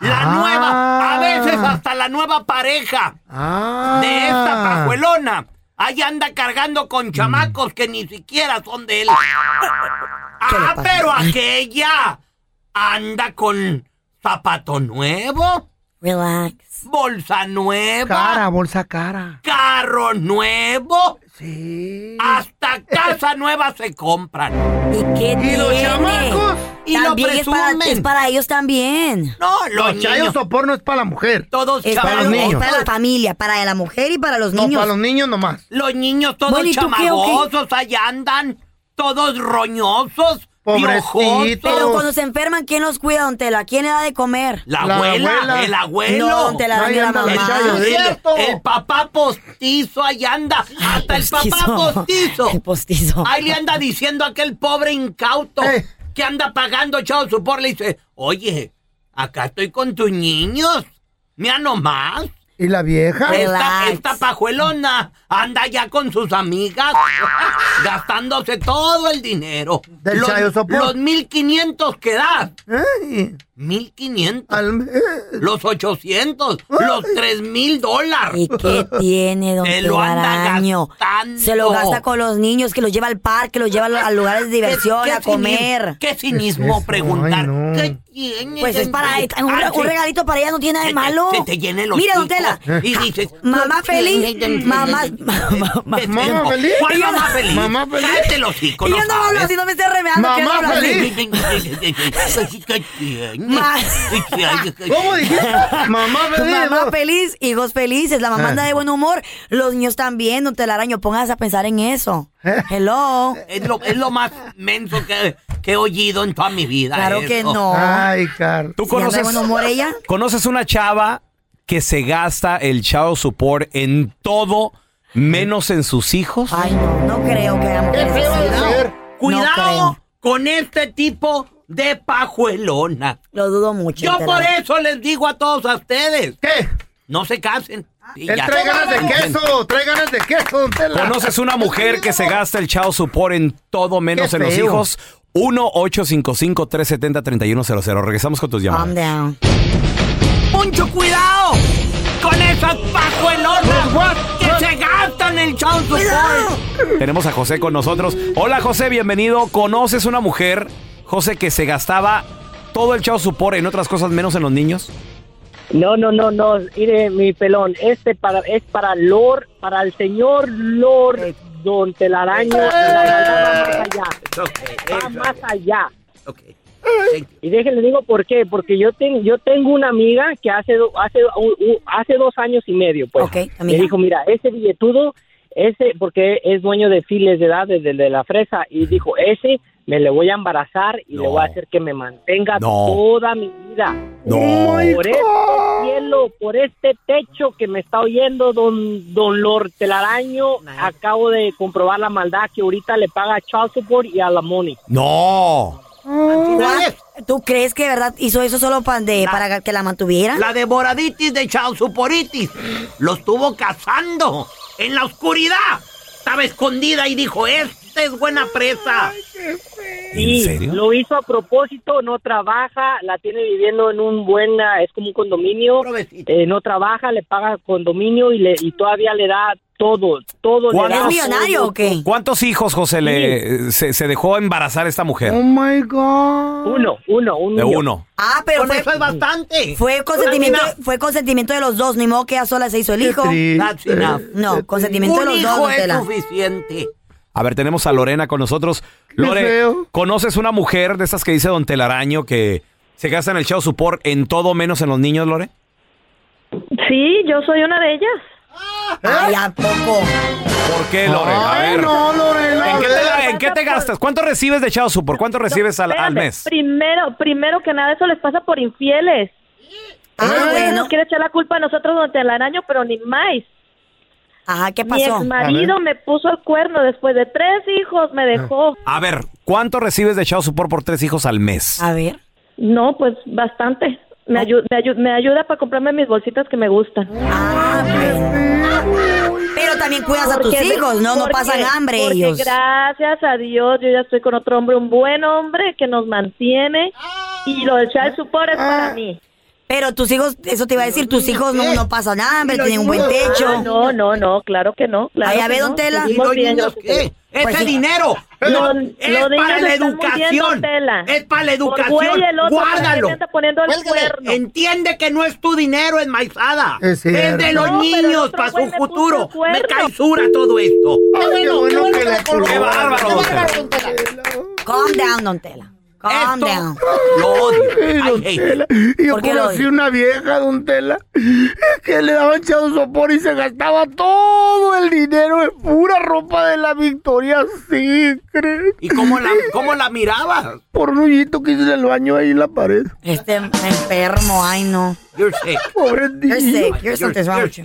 Speaker 6: La
Speaker 2: Ah.
Speaker 6: nueva. A veces hasta la nueva pareja
Speaker 2: ¡Ah! Mm.
Speaker 6: de esta pajuelona. Ahí anda cargando con chamacos que ni siquiera son de él. Ah, pero aquella anda con zapato nuevo.
Speaker 5: Relax.
Speaker 6: Bolsa nueva.
Speaker 2: Cara, bolsa cara.
Speaker 6: Carro nuevo. Hasta casa nueva se compran.
Speaker 5: ¿Y qué
Speaker 2: ¿Y los
Speaker 5: tiene?
Speaker 2: chamacos?
Speaker 6: Y lo
Speaker 5: También es para,
Speaker 6: presumen.
Speaker 5: es para ellos también.
Speaker 6: No,
Speaker 2: Los chayos sopor no es para la mujer.
Speaker 6: Todos
Speaker 5: Es
Speaker 2: para
Speaker 5: para,
Speaker 2: los
Speaker 5: los- es
Speaker 2: niños.
Speaker 5: para la familia, para la mujer y para los
Speaker 2: No,
Speaker 5: niños.
Speaker 2: para los niños nomás.
Speaker 6: Los niños todos
Speaker 5: Bueno, ¿y tú qué, o qué?
Speaker 6: chamagosos, allá andan, todos roñosos,
Speaker 5: Pero cuando
Speaker 6: piojosos.
Speaker 5: se enferman, ¿quién los cuida, don Tela? ¿Quién le da de comer?
Speaker 6: La, abuela, el abuelo.
Speaker 5: No, don Tela,
Speaker 6: No,
Speaker 5: dame
Speaker 6: ahí
Speaker 5: la
Speaker 6: anda ¿eh?
Speaker 5: mamá.
Speaker 6: chayo, dile. El papá postizo, ahí anda. Hasta el papá postizo.
Speaker 5: postizo.
Speaker 6: Ahí le anda diciendo a aquel pobre incauto que anda pagando chao su por. Le dice, oye, acá estoy con tus niños. Mira nomás.
Speaker 2: ¿Y la vieja?
Speaker 6: Esta, esta pajuelona anda ya con sus amigas gastándose todo el dinero.
Speaker 2: Del
Speaker 6: los,
Speaker 2: chayo sopor.
Speaker 6: los 1500 que da.
Speaker 2: Ay.
Speaker 6: 1500. Los 800. Los 3000 dólares.
Speaker 5: ¿Y qué tiene, don
Speaker 6: Se lo anda
Speaker 5: Telaraño?
Speaker 6: gastando.
Speaker 5: Se lo gasta con los niños, que los lleva al parque, los lleva a a lugares de diversión,
Speaker 6: ¿Qué
Speaker 5: a comer.
Speaker 6: cinismo- Qué cinismo preguntar. ¿Qué
Speaker 5: Pues es para
Speaker 6: gente?
Speaker 5: un,
Speaker 6: Ah,
Speaker 5: un
Speaker 6: sí.
Speaker 5: regalito para ella no tiene nada de
Speaker 6: Se te-
Speaker 5: malo.
Speaker 6: se te llenen los
Speaker 5: Mira, don Tela.
Speaker 6: hijos y dices,
Speaker 5: mamá
Speaker 6: no
Speaker 5: feliz,
Speaker 6: tiene-
Speaker 5: mamá, mamá,
Speaker 6: Mamá feliz. ¿Cuál mamá feliz? Mamá feliz. Cállate los hijos.
Speaker 5: Y yo no hablo
Speaker 6: sabes.
Speaker 5: así, no me estés remeando. que yo no hablo así.
Speaker 6: ¿Qué
Speaker 5: Ma-
Speaker 6: tiene?
Speaker 2: ¿Cómo dijiste? Mamá feliz.
Speaker 5: Mamá feliz, hijos felices, la mamá anda de buen humor, los niños también, don Telaraño, pónganse a pensar en eso. Hello.
Speaker 6: Es lo, es lo más menso que, que he oído en toda mi vida.
Speaker 5: Claro
Speaker 6: eso.
Speaker 5: que no.
Speaker 2: Carl.
Speaker 4: ¿Tú
Speaker 5: Si anda de
Speaker 4: conoces,
Speaker 5: buen humor ella?
Speaker 4: conoces una chava que se gasta el chavo support en todo menos en sus hijos?
Speaker 5: Ay, no, no creo que hagamos
Speaker 6: Cuidado con este tipo de pajuelona.
Speaker 5: Lo dudo mucho.
Speaker 6: Yo por
Speaker 5: Internet.
Speaker 6: eso les digo a todos a ustedes.
Speaker 2: ¿Qué? Ah.
Speaker 6: No se casen. Y
Speaker 2: Él
Speaker 6: ya.
Speaker 2: trae ganas de queso, trae ganas de queso, don Tela.
Speaker 4: ¿Conoces una mujer que se gasta el chao support en todo menos
Speaker 2: Qué
Speaker 4: en los
Speaker 2: feo.
Speaker 4: hijos? 1-855-370-3100. Regresamos con tus llamadas.
Speaker 6: Mucho cuidado con esas pajuelonas que se gastan el chao
Speaker 4: Tenemos a José con nosotros. Hola, José, bienvenido. ¿Conoces una mujer, José, que se gastaba todo el chao support en otras cosas menos en los niños?
Speaker 19: No, no, no, no, mire mi pelón, este para, es para Lord, para el señor Lord Don Telaraño, la galgada va
Speaker 17: Eh.
Speaker 19: más allá, va más allá. Y déjenle digo por qué, porque yo ten- yo tengo una amiga que hace do- hace un- un- hace dos años y medio, pues, me
Speaker 20: amiga.
Speaker 19: dijo, mira, ese billetudo, ese, porque es dueño de files de edad desde de la fresa, y dijo, ese me le voy a embarazar y le voy a hacer que me mantenga
Speaker 20: No.
Speaker 19: toda mi vida.
Speaker 2: Oh
Speaker 19: Por este cielo, por este techo que me está oyendo don, don Lord Telaraño, acabo de comprobar la maldad que ahorita le paga a child support y a la money. Ah,
Speaker 4: No.
Speaker 5: ¿Tú crees que de verdad hizo eso solo pa- de- para que la mantuviera?
Speaker 6: La devoraditis de Chausuporitis. Lo estuvo cazando en la oscuridad. Estaba escondida y dijo, esta es buena presa.
Speaker 19: Sí, lo hizo a propósito, no trabaja, la tiene viviendo en un buen, ah, es como un condominio, eh, no trabaja, le paga condominio y, le, y todavía le da todo, todo. le da todo.
Speaker 4: ¿Cuántos hijos, José, le, se, se dejó embarazar esta mujer?
Speaker 2: Oh my God.
Speaker 19: Uno, uno, un
Speaker 4: De uno.
Speaker 5: Ah, pero
Speaker 6: Con
Speaker 5: fue,
Speaker 6: eso es bastante.
Speaker 5: Fue consentimiento, fue consentimiento de los dos, ni modo que ella sola se hizo el
Speaker 6: Qué
Speaker 5: hijo.
Speaker 4: triste. That's enough.
Speaker 5: No, consentimiento de
Speaker 6: Un
Speaker 5: los dos,
Speaker 6: hijo
Speaker 5: don
Speaker 6: es
Speaker 5: Tela.
Speaker 6: suficiente.
Speaker 4: A ver, tenemos a Lorena con nosotros. Lore, ¿conoces una mujer de esas que dice Don Telaraño que se gasta en el chao support en todo menos en los niños, Lore?
Speaker 20: Sí, yo soy una de ellas.
Speaker 5: Ay, ¿a poco?
Speaker 4: ¿Por qué, Lore? A
Speaker 20: Ay,
Speaker 4: ver.
Speaker 20: no, Lorena,
Speaker 4: ¿En qué
Speaker 20: a
Speaker 4: te,
Speaker 20: ver.
Speaker 4: en qué te gastas? ¿Cuánto recibes de chao support? ¿Cuánto recibes al, al
Speaker 20: Espérame,
Speaker 4: mes?
Speaker 20: Primero, primero que nada, eso les pasa por infieles. Ah, No quiere echar la culpa a nosotros durante el araño, pero ni más.
Speaker 5: Ajá, ¿qué
Speaker 20: Mi
Speaker 4: pasó?
Speaker 20: ex marido
Speaker 4: A ver. Ah.
Speaker 20: me puso el cuerno después de tres hijos, me dejó.
Speaker 4: A ver, ¿cuánto recibes de chao support por tres hijos al mes?
Speaker 5: A ver. Ah.
Speaker 20: No, pues bastante. Me, ayu- me, ayu- me ayuda para comprarme mis bolsitas que me gustan.
Speaker 5: Ah, Pero también cuidas a tus
Speaker 20: Porque-
Speaker 5: hijos, ¿no? No
Speaker 20: porque-
Speaker 5: pasan hambre
Speaker 20: porque
Speaker 5: ellos.
Speaker 20: Gracias a Dios, yo ya estoy con otro hombre, un buen hombre que nos mantiene. Y lo del child support es
Speaker 18: Ah.
Speaker 20: para mí.
Speaker 5: Pero tus hijos, eso te iba a decir, tus hijos no, no pasan hambre,
Speaker 20: ¿Y los
Speaker 5: tienen un buen
Speaker 20: niños?
Speaker 5: techo.
Speaker 20: Ah, no, no, no, claro que no. Claro
Speaker 5: Ay, a
Speaker 20: que
Speaker 5: ver,
Speaker 20: Ah, no.
Speaker 5: don Tela.
Speaker 20: Vivimos
Speaker 5: ¿Y los
Speaker 20: bien,
Speaker 5: niños
Speaker 20: gracias a Dios.
Speaker 5: qué? Pues
Speaker 6: Ese
Speaker 5: sí.
Speaker 6: eh, dinero
Speaker 20: Lo-
Speaker 6: es
Speaker 20: los niños
Speaker 6: para la
Speaker 20: se están muriendo,
Speaker 6: educación.
Speaker 20: Tela.
Speaker 6: Es para la
Speaker 20: Por
Speaker 6: educación.
Speaker 20: güey, el otro también
Speaker 6: Guárdalo.
Speaker 20: le anda poniendo el
Speaker 6: Cuélgale.
Speaker 20: cuerno.
Speaker 6: Entiende que no es tu dinero, es maizada.
Speaker 2: Es cierto.
Speaker 6: de los
Speaker 2: No, pero el
Speaker 6: niños
Speaker 2: otro
Speaker 6: para
Speaker 2: güey
Speaker 6: su
Speaker 2: me puso
Speaker 6: futuro.
Speaker 2: el cuerno.
Speaker 6: Me causura todo esto.
Speaker 2: Qué bueno que le colgó.
Speaker 6: bárbaro, don Tela.
Speaker 5: Calm down, don Tela. Calm down.
Speaker 6: Lo
Speaker 2: odio. Don Tela. Y Yo
Speaker 5: ¿Por qué lo
Speaker 2: conocí
Speaker 5: odio?
Speaker 2: una vieja, don Tela, que le daban echado sopor y se gastaba todo el dinero en pura ropa de la Victoria Secret.
Speaker 6: ¿Y cómo la, cómo la mirabas?
Speaker 2: Por un hoyito que hice en el baño ahí en la pared.
Speaker 5: Este enfermo, ay no.
Speaker 6: You're sick.
Speaker 2: Pobre
Speaker 5: You're
Speaker 2: niño.
Speaker 5: sick, you're something's wrong with you.